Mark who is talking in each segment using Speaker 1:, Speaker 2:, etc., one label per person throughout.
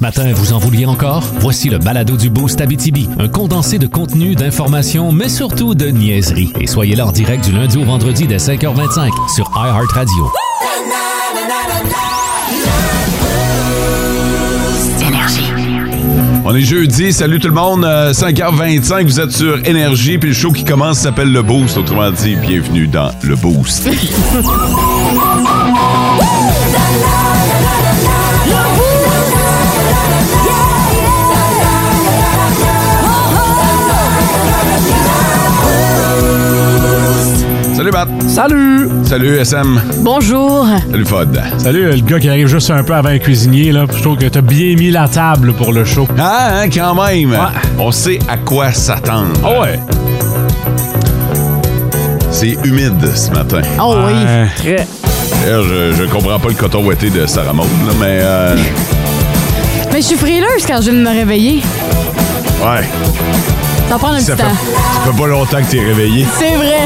Speaker 1: matin, vous en vouliez encore? Voici le balado du beau Stabitibi, un condensé de contenu, d'informations, mais surtout de niaiseries. Et soyez là en direct du lundi au vendredi dès 5h25 sur iHeartRadio.
Speaker 2: On est jeudi, salut tout le monde, euh, 5h25, vous êtes sur Énergie, puis le show qui commence s'appelle Le Boost, autrement dit, bienvenue dans Le Boost. Salut Matt.
Speaker 3: Salut.
Speaker 2: Salut SM.
Speaker 4: Bonjour.
Speaker 2: Salut Fod.
Speaker 5: Salut, le gars qui arrive juste un peu avant un cuisinier, là. Je trouve que t'as bien mis la table pour le show.
Speaker 2: Ah, hein, quand même. On sait à quoi s'attendre.
Speaker 5: Ah ouais.
Speaker 2: C'est humide ce matin.
Speaker 4: Oh oui,
Speaker 5: Ouais.
Speaker 4: très.
Speaker 2: D'ailleurs, je, je comprends pas le coton ouaté de Sarah Maud, là, mais euh,
Speaker 4: Mais je suis frileuse quand je viens de me réveiller.
Speaker 2: ouais,
Speaker 4: Ça prend un petit
Speaker 2: ça fait,
Speaker 4: temps.
Speaker 2: ça fait pas longtemps que t'es réveillé.
Speaker 4: C'est vrai.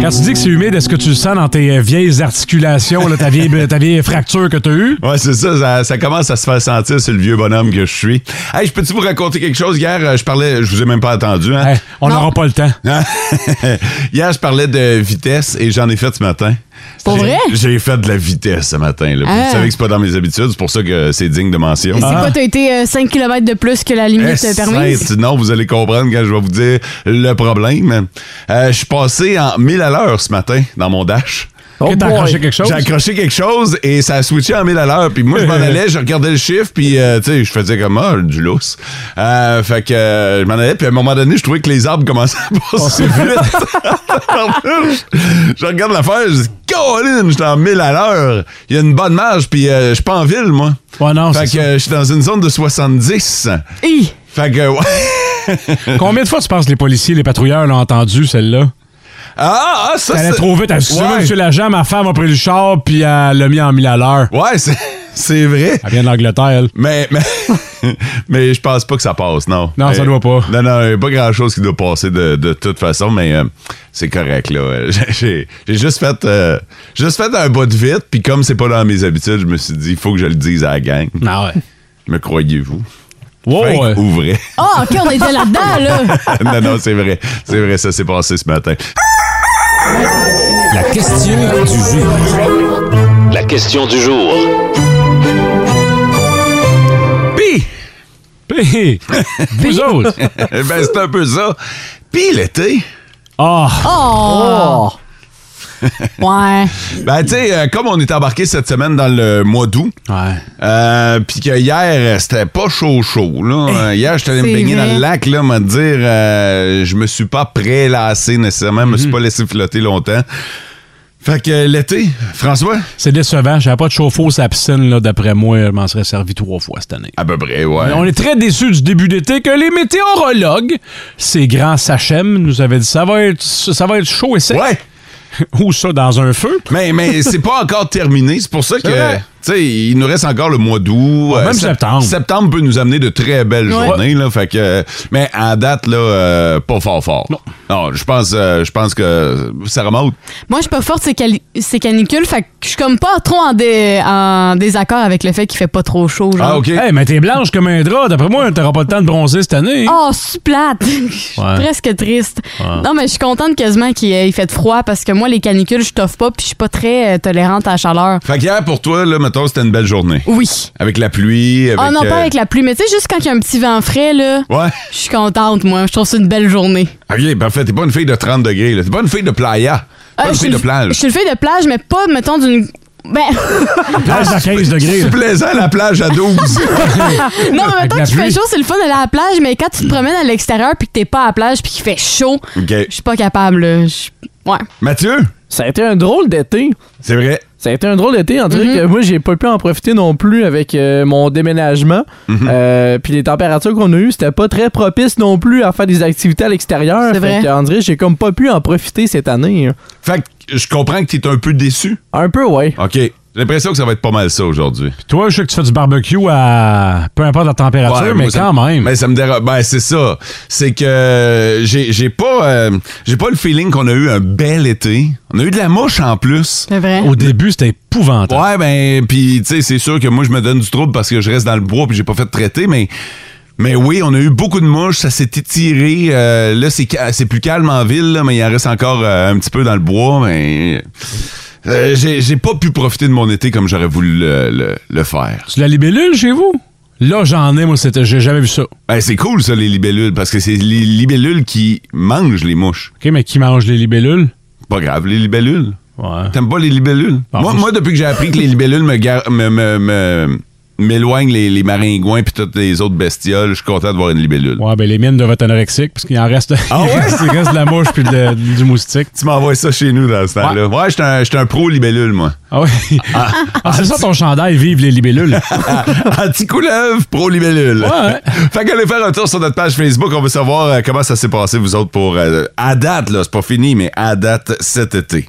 Speaker 5: Quand tu dis que c'est humide, est-ce que tu le sens dans tes euh, vieilles articulations, là, ta, vieille, ta vieille fracture que t'as eue?
Speaker 2: Ouais, c'est ça, ça, ça commence à se faire sentir sur le vieux bonhomme que je suis. Hey, je peux-tu vous raconter quelque chose? Hier, euh, je parlais, je vous ai même pas attendu, hein?
Speaker 5: Hey, on
Speaker 4: Non.
Speaker 5: n'aura pas le temps.
Speaker 2: Hein? Hier, je parlais de vitesse et j'en ai fait ce matin.
Speaker 4: Pour
Speaker 2: J'ai-
Speaker 4: vrai?
Speaker 2: J'ai fait de la vitesse ce matin. là. Puis
Speaker 4: Ah.
Speaker 2: Vous savez que c'est pas dans mes habitudes, c'est pour ça que c'est digne de mention.
Speaker 4: C'est quoi, t'as été 5 km de plus que la limite
Speaker 2: Eh,
Speaker 4: euh, permise?
Speaker 2: sainte, Non, vous allez comprendre quand je vais vous dire le problème. Euh, je suis passé en 1000 à l'heure ce matin dans mon dash.
Speaker 5: Que t'as
Speaker 3: boy.
Speaker 5: accroché quelque chose?
Speaker 2: J'ai accroché quelque chose et ça a switché en 1000 à l'heure. Puis moi, je m'en allais, je regardais le chiffre, puis euh, tu sais, je faisais comme ah, du lousse. Euh, fait que euh, je m'en allais, puis à un moment donné, je trouvais que les arbres commençaient à
Speaker 5: Oh,
Speaker 2: passer vite. je regarde l'affaire, je dis Colin, j'étais en 1000 à l'heure. Il y a une bonne marge, puis euh, je suis pas en ville, moi.
Speaker 5: Ouais, non,
Speaker 2: fait
Speaker 5: c'est
Speaker 2: que euh, je suis dans une zone de 70.
Speaker 4: Hi!
Speaker 2: Fait que, ouais.
Speaker 5: Combien de fois tu penses que les policiers, les patrouilleurs l'ont entendu, celle-là?
Speaker 2: Ah, ah, ça,
Speaker 5: T'allais
Speaker 2: c'est-
Speaker 5: trop vite. Elle dit,
Speaker 2: Ouais.
Speaker 5: monsieur l'agent, ma femme a pris le char, puis elle l'a mis en mille à l'heure.
Speaker 2: Ouais, c'est- c'est vrai.
Speaker 5: Elle vient de l'Angleterre, elle.
Speaker 2: Mais, mais, mais je pense pas que ça passe, non.
Speaker 5: Non, ça
Speaker 2: Mais-
Speaker 5: doit pas.
Speaker 2: Non, non, il n'y a pas grand-chose qui doit passer de, de toute façon, mais euh, c'est correct, là. Euh, j'ai- J'ai j'ai juste fait euh, juste fait un bout de vite, puis comme c'est pas dans mes habitudes, je me suis dit, il faut que je le dise à la gang.
Speaker 5: Ah ouais.
Speaker 2: Me croyez-vous?
Speaker 5: Wow,
Speaker 2: Fake
Speaker 5: Oh, ouais.
Speaker 2: ou vrai?
Speaker 4: Ah, OK, on était là-dedans, là.
Speaker 2: non, non, c'est vrai. C'est vrai, ça s'est passé ce matin.
Speaker 1: La question du jour.
Speaker 6: La question du jour.
Speaker 2: Pis!
Speaker 5: Puis, vous autres.
Speaker 2: ben, c'est un peu ça. Pis l'été...
Speaker 5: Ah,
Speaker 4: Oh! Ouais.
Speaker 2: Ben, tu sais, euh, comme on est embarqué cette semaine dans le mois d'août,
Speaker 5: Ouais.
Speaker 2: euh, puis que hier, euh, c'était pas chaud chaud. Là. Euh, hier, je suis allé me
Speaker 4: Eh, C'est
Speaker 2: baigner
Speaker 4: vrai.
Speaker 2: dans le lac, là, me dire, euh, je me suis pas prélassé nécessairement, je me
Speaker 4: Mhm.
Speaker 2: suis pas laissé flotter longtemps. Fait que euh, l'été, François,
Speaker 5: c'est décevant. J'avais pas de chauffe-eau sur la piscine, là, d'après moi. Je m'en serais servi trois fois cette année.
Speaker 2: à peu près, ouais.
Speaker 5: On est très déçus du début d'été que les météorologues, ces grands sachem, nous avaient dit ça va être, ça va être chaud et sec.
Speaker 2: Ouais,
Speaker 5: Ou ça dans un feu.
Speaker 2: mais, mais c'est pas encore terminé. C'est pour ça que, tu
Speaker 5: vrai.
Speaker 2: sais, il nous reste encore le mois d'août. Euh,
Speaker 5: même septembre.
Speaker 2: Septembre peut nous amener de très belles
Speaker 4: Ouais.
Speaker 2: journées, là. Fait que, mais à date, là, euh, pas fort fort. Non. je pense, euh, je pense que ça remonte.
Speaker 4: Moi, je suis pas forte ces, cali- ces canicules, fait que je suis comme pas trop en, dé- en désaccord avec le fait qu'il fait pas trop chaud, genre.
Speaker 2: Ah, OK.
Speaker 5: Hey, mais t'es blanche comme un drap. D'après moi, t'auras pas le temps de bronzer cette année.
Speaker 4: Oh, je suis plate! Je suis
Speaker 5: Ouais.
Speaker 4: presque triste. Non, mais je suis contente quasiment qu'il ait fait froid parce que moi, les canicules, je t'offre pas puis je suis pas très euh, tolérante à la chaleur.
Speaker 2: Fait qu'hier, pour toi, là, mettons, c'était une belle journée.
Speaker 4: Oui.
Speaker 2: Avec la pluie, avec...
Speaker 4: Ah non,
Speaker 2: euh,
Speaker 4: pas avec la pluie, mais tu sais, juste quand il y a un petit vent frais, là,
Speaker 2: Ouais.
Speaker 4: je suis contente, moi. Je trouve ça une belle journée.
Speaker 2: OK, parfait. T'es pas une fille de 30 degrés, là. T'es pas une fille de playa. T'es pas
Speaker 4: Ah,
Speaker 2: une
Speaker 4: je suis
Speaker 2: fille de
Speaker 4: une- Je
Speaker 2: plage.
Speaker 4: suis une fille de plage, mais pas, mettons, d'une. Ben,
Speaker 5: Place à 15 degrés.
Speaker 2: C'est
Speaker 5: là.
Speaker 2: plaisant, la plage à 12.
Speaker 4: non, mais mettons
Speaker 5: la
Speaker 4: qu'il fait
Speaker 5: pluie.
Speaker 4: chaud, c'est le fun d'aller à la plage, mais quand tu te promènes à l'extérieur puis que t'es pas à la plage puis qu'il fait chaud,
Speaker 2: OK.
Speaker 4: je suis pas capable, là. Je- Ouais.
Speaker 2: Mathieu,
Speaker 3: Ça a été un drôle d'été.
Speaker 2: c'est vrai.
Speaker 3: Ça a été un drôle d'été, en dirait
Speaker 4: Mhm.
Speaker 3: que moi, j'ai pas pu en profiter non plus avec euh, mon déménagement.
Speaker 4: Mhm.
Speaker 3: Euh, Puis les températures qu'on a eues, c'était pas très propice non plus à faire des activités à l'extérieur.
Speaker 4: C'est vrai.
Speaker 3: Fait que, en dirait, j'ai comme pas pu en profiter cette année. hein.
Speaker 2: Fait que je comprends que t'es un peu déçu.
Speaker 3: Un peu, ouais.
Speaker 2: OK. J'ai l'impression que ça va être pas mal ça aujourd'hui.
Speaker 5: Toi, je sais que tu fais du barbecue à peu importe la température,
Speaker 2: Ouais,
Speaker 5: mais
Speaker 2: moi, ça-
Speaker 5: quand même.
Speaker 2: Mais ça me dérange. Ben, c'est ça. C'est que j'ai j'ai pas, euh, j'ai pas le feeling qu'on a eu un bel été. On a eu de la mouche en plus.
Speaker 4: C'est vrai.
Speaker 5: Au début, c'était épouvantable.
Speaker 2: Ouais, ben, puis tu sais, c'est sûr que moi, je me donne du trouble parce que je reste dans le bois puis j'ai pas fait de traiter, mais. Mais oui, on a eu beaucoup de mouches, ça s'est étiré. euh, là, c'est ca- c'est plus calme en ville, là, mais il en reste encore euh, un petit peu dans le bois. Mais euh, j'ai j'ai pas pu profiter de mon été comme j'aurais voulu le, le- le faire.
Speaker 5: Tu la libellule chez vous? Là, j'en ai, moi, c'était, j'ai jamais vu ça. OK,
Speaker 2: Ben, c'est cool ça, les libellules, parce que c'est les libellules qui mangent les mouches.
Speaker 5: mais qui mange les libellules?
Speaker 2: Pas grave, les libellules.
Speaker 5: Ouais.
Speaker 2: T'aimes pas les libellules?
Speaker 5: Ah,
Speaker 2: moi,
Speaker 5: moi,
Speaker 2: moi, depuis que j'ai appris que les libellules me gar- me- me- me- m'éloignent les, les maringouins puis toutes les autres bestioles, je suis content de voir une libellule.
Speaker 5: Ouais, ben les miennes doivent être anorexiques, parce qu'il en reste,
Speaker 2: Ah
Speaker 5: il
Speaker 2: ouais?
Speaker 5: reste, il reste de la mouche puis de- du moustique.
Speaker 2: Tu m'envoies ça chez nous dans ce temps-là. Ouais, j'étais un, j'étais un pro libellule, moi.
Speaker 5: Ah oui. Ah, c'est ça ton chandail, vive les libellules.
Speaker 2: Ah, Anti-couleuvre, pro libellule.
Speaker 5: Ouais.
Speaker 2: fait qu'allez faire un tour sur notre page Facebook. On veut savoir euh, comment ça s'est passé, vous autres, pour. euh, à date, là, c'est pas fini, mais à date cet été.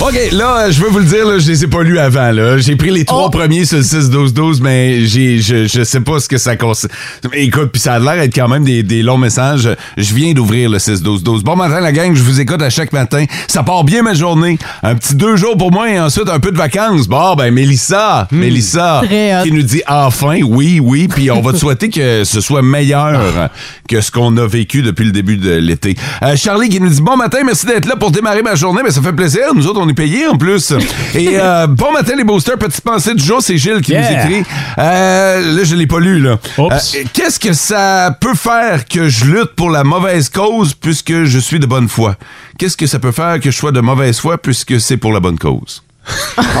Speaker 2: OK, là, euh, je veux vous le dire, là, je les ai pas lus avant. là. J'ai pris les
Speaker 4: Oh.
Speaker 2: trois premiers sur le 6-12-12, mais j'ai, je, je sais pas ce que ça consiste. Écoute, puis ça a l'air être quand même des, des longs messages. Je viens d'ouvrir le 6-12-12. Bon matin, la gang, je vous écoute à chaque matin. Ça part bien ma journée. Un petit deux jours pour moi et ensuite un peu de vacances. Bon, ben, Mélissa, Mélissa,
Speaker 4: Hmm. Très hot.
Speaker 2: qui nous dit enfin, oui, oui, puis on va te souhaiter que ce soit meilleur que ce qu'on a vécu depuis le début de l'été. Euh, Charlie qui nous dit bon matin, merci d'être là pour démarrer ma journée, mais ça fait plaisir, nous autres on est payés en plus. Et euh, bon matin les boosters, petite pensée du jour, c'est Gilles qui nous
Speaker 5: Yeah.
Speaker 2: écrit. Euh, là je l'ai pas lu là. Euh,
Speaker 5: Oups.
Speaker 2: Qu'est-ce que ça peut faire que je lutte pour la mauvaise cause puisque je suis de bonne foi? Qu'est-ce que ça peut faire que je sois de mauvaise foi puisque c'est pour la bonne cause?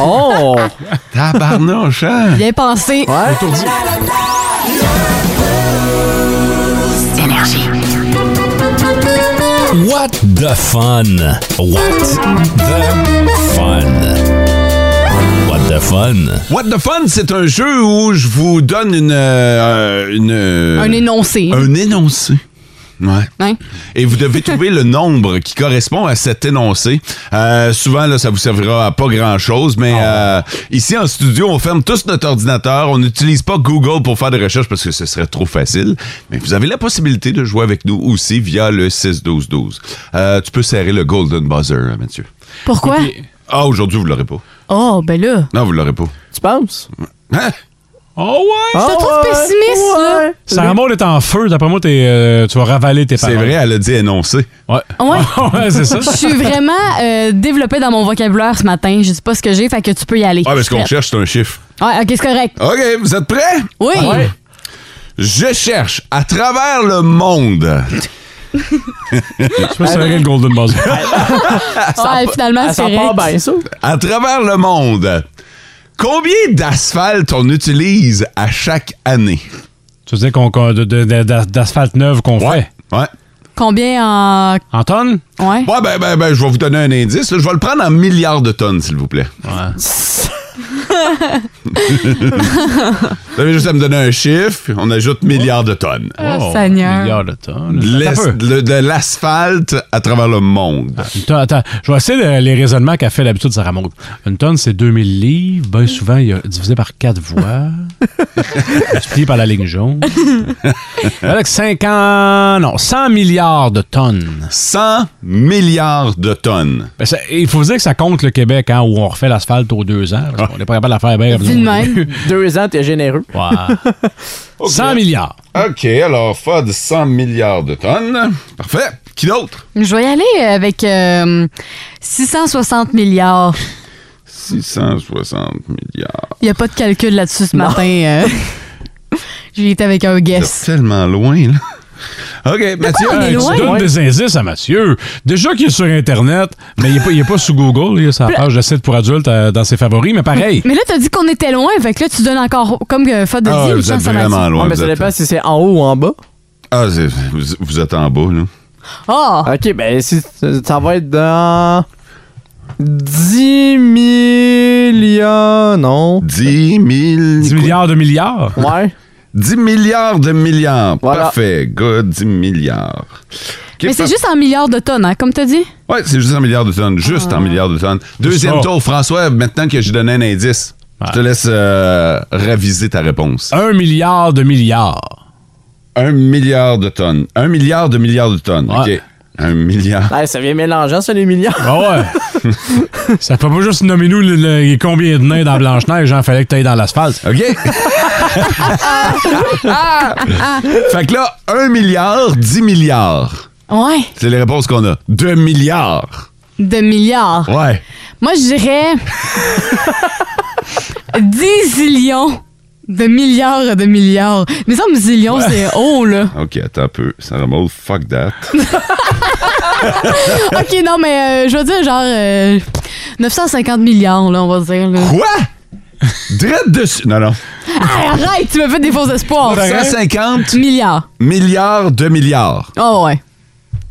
Speaker 3: Oh!
Speaker 2: Tabarnouche, hein?
Speaker 4: Bien pensé.
Speaker 1: What the fun? What the fun? What the fun?
Speaker 2: What the Fun, c'est un jeu où je vous donne une. euh, une euh,
Speaker 4: Un énoncé.
Speaker 2: un énoncé. Ouais.
Speaker 4: Hein?
Speaker 2: Et vous devez trouver le nombre qui correspond à cet énoncé. Euh, souvent, là, ça vous servira à pas grand-chose, mais euh,
Speaker 4: Ah
Speaker 2: ici en studio, on ferme tous notre ordinateur. On n'utilise pas Google pour faire des recherches parce que ce serait trop facile. Mais vous avez la possibilité de jouer avec nous aussi via le 6-12-12. Euh, tu peux serrer le Golden Buzzer, hein, Mathieu.
Speaker 4: Pourquoi?
Speaker 2: Ah, aujourd'hui, vous l'aurez pas.
Speaker 4: Oh, ben là.
Speaker 2: Non, vous l'aurez pas.
Speaker 3: Tu penses? Ah,
Speaker 2: Hein?
Speaker 5: Oh ouais!
Speaker 3: Je
Speaker 4: te trouve pessimiste, là.
Speaker 5: Sarah Maud est en feu, d'après moi, t'es, euh, tu vas ravaler tes
Speaker 2: C'est
Speaker 5: paroles.
Speaker 2: vrai, elle a dit énoncé.
Speaker 5: Ouais.
Speaker 4: Ouais.
Speaker 5: ouais, c'est ça.
Speaker 4: Je suis vraiment euh, développée dans mon vocabulaire ce matin. Je sais pas ce que j'ai, fait que tu peux y aller.
Speaker 2: Ah, mais ce qu'on cherche, Ah, c'est un chiffre.
Speaker 4: Ouais, ok, c'est correct.
Speaker 2: OK, vous êtes prêts?
Speaker 4: Oui.
Speaker 2: Je cherche à travers le monde.
Speaker 5: Tu peux serrer le Golden Buzzer.
Speaker 4: Ouais, Ah, finalement, c'est
Speaker 3: Ah, Ça
Speaker 4: correct.
Speaker 3: part bien, ça.
Speaker 2: À travers le monde. Combien d'asphalte on utilise à chaque année?
Speaker 5: Tu veux dire qu'on, qu'on- de- de- de- d'as- d'asphalte neuve qu'on fait?
Speaker 2: Ouais.
Speaker 4: Combien en.
Speaker 5: En tonnes?
Speaker 4: Ouais.
Speaker 2: Ouais, ben, ben, ben, je vais vous donner un indice. là. Je vais le prendre en milliards de tonnes, s'il vous plaît. Vous avez juste à me donner un chiffre, on ajoute milliards de tonnes.
Speaker 4: Ah, Seigneur.
Speaker 5: milliards Oh, de tonnes.
Speaker 2: L'as-
Speaker 5: Attends un peu.
Speaker 2: le- de l'asphalte à travers le monde.
Speaker 5: Attends, attends. Je vais essayer le- les raisonnements qu'a fait l'habitude Sarah Maud. Une tonne, c'est 2000 livres.
Speaker 4: Mm.
Speaker 5: Bien souvent, il y a divisé par 4 voies. multiplié par la ligne jaune. Avec 50... Non, 100 milliards de tonnes.
Speaker 2: 100 milliards de tonnes.
Speaker 5: Ben, ça- il faut dire que ça compte le Québec, hein, où on refait l'asphalte aux deux ans. Parce qu'on n'est pas capable de la faire bien.
Speaker 4: Ah. Dis de même.
Speaker 3: Deux ans, t'es généreux.
Speaker 5: Ouais. 100 milliards.
Speaker 2: OK, alors FOD 100 milliards de tonnes. Parfait. Qui d'autre?
Speaker 4: Je vais y aller avec euh, 660 milliards.
Speaker 2: 660 milliards.
Speaker 4: Il n'y a pas de calcul là-dessus ce matin. euh. J'ai été avec un guess.
Speaker 2: Tellement loin, là. OK, Mathieu.
Speaker 4: on est
Speaker 5: Hey,
Speaker 4: Ah, loin.
Speaker 5: tu donnes
Speaker 3: Ouais.
Speaker 5: des indices à Mathieu. Déjà qu'il est sur Internet, mais il n'est pas, il est pas sous Google. Il est sur la page de site pour adultes euh, dans ses favoris, mais pareil.
Speaker 4: Mais là, t'as dit qu'on était loin, fait que là, tu donnes encore, comme euh, que Fod a
Speaker 2: Ah,
Speaker 4: dit, une
Speaker 2: vous êtes
Speaker 4: chance à Mathieu.
Speaker 2: vraiment loin.
Speaker 3: Ouais, mais
Speaker 2: vous
Speaker 3: ça
Speaker 2: êtes-
Speaker 3: dépend si c'est en haut ou en bas.
Speaker 2: Ah, c'est- vous, vous êtes en bas, là.
Speaker 4: Ah!
Speaker 3: Ok, ben si ça va être dans 10 millions, non?
Speaker 2: 10 000...
Speaker 5: 10 milliards de milliards.
Speaker 3: Ouais.
Speaker 2: 10 milliards de milliards.
Speaker 3: Voilà.
Speaker 2: Parfait. Good, 10 milliards. OK,
Speaker 4: Mais c'est
Speaker 2: par-
Speaker 4: juste en milliards de tonnes, hein, comme t'as dit?
Speaker 2: Ouais, c'est juste en milliards de tonnes. Juste en milliards de tonnes. Deuxième
Speaker 5: Ça.
Speaker 2: tour, François, maintenant que j'ai donné un indice, je te laisse euh, raviser ta réponse.
Speaker 5: Un milliard de milliards.
Speaker 2: Un milliard de tonnes. Un milliard de milliards de tonnes.
Speaker 5: Ouais.
Speaker 2: OK. Un milliard.
Speaker 3: Ah, ça vient mélangeant, ça, les milliards.
Speaker 5: Ah ouais. ça fait pas juste nommer nous le, le- combien de nains dans Blanche-Neige, il fallait que t'ailles dans l'asphalte.
Speaker 2: OK? Ah!
Speaker 4: Ah,
Speaker 2: fait que là, un milliard, 10 milliards.
Speaker 4: ah. Ouais,
Speaker 2: C'est les réponses qu'on a. 2 milliards.
Speaker 4: de milliards.
Speaker 2: Ouais.
Speaker 4: Moi, je dirais 10 zillions de milliards de milliards. Mais ça, me zillions, c'est haut, là.
Speaker 2: OK, attends un peu. Sarah Maud, fuck that.
Speaker 4: OK, non, mais euh, je veux dire, genre, euh, 950 milliards, là, on va dire. là.
Speaker 2: Quoi? Drette dessus. Non, non.
Speaker 4: Ah, arrête, tu me fais des faux espoirs.
Speaker 2: 950
Speaker 4: Milliards.
Speaker 2: milliards de milliards.
Speaker 4: Oh, ouais.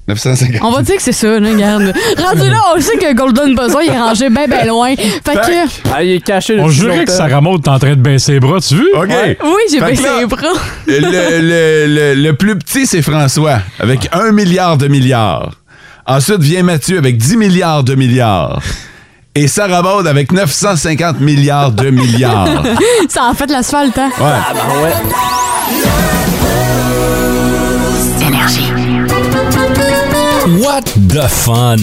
Speaker 2: 950.
Speaker 4: On va dire que c'est ça, là, regarde. Rendu là, on sait que Golden Buzzer, il est rangé bien, bien loin. Fait que...
Speaker 3: Ah, il est caché.
Speaker 5: On
Speaker 3: depuis
Speaker 5: jurait que
Speaker 3: longtemps.
Speaker 5: Sarah Maud est en train de baisser les bras, tu veux?
Speaker 2: OK.
Speaker 4: Oui, j'ai
Speaker 2: Fait que
Speaker 4: baissé
Speaker 2: là-
Speaker 4: les bras.
Speaker 2: le, le- le- le plus petit, c'est François, avec un milliard de milliards. Ensuite vient Mathieu avec 10 milliards de milliards. Et Sarah Baud avec 950 milliards de milliards.
Speaker 4: Ça a fait l'asphalte, hein?
Speaker 2: Ouais.
Speaker 1: What the fun?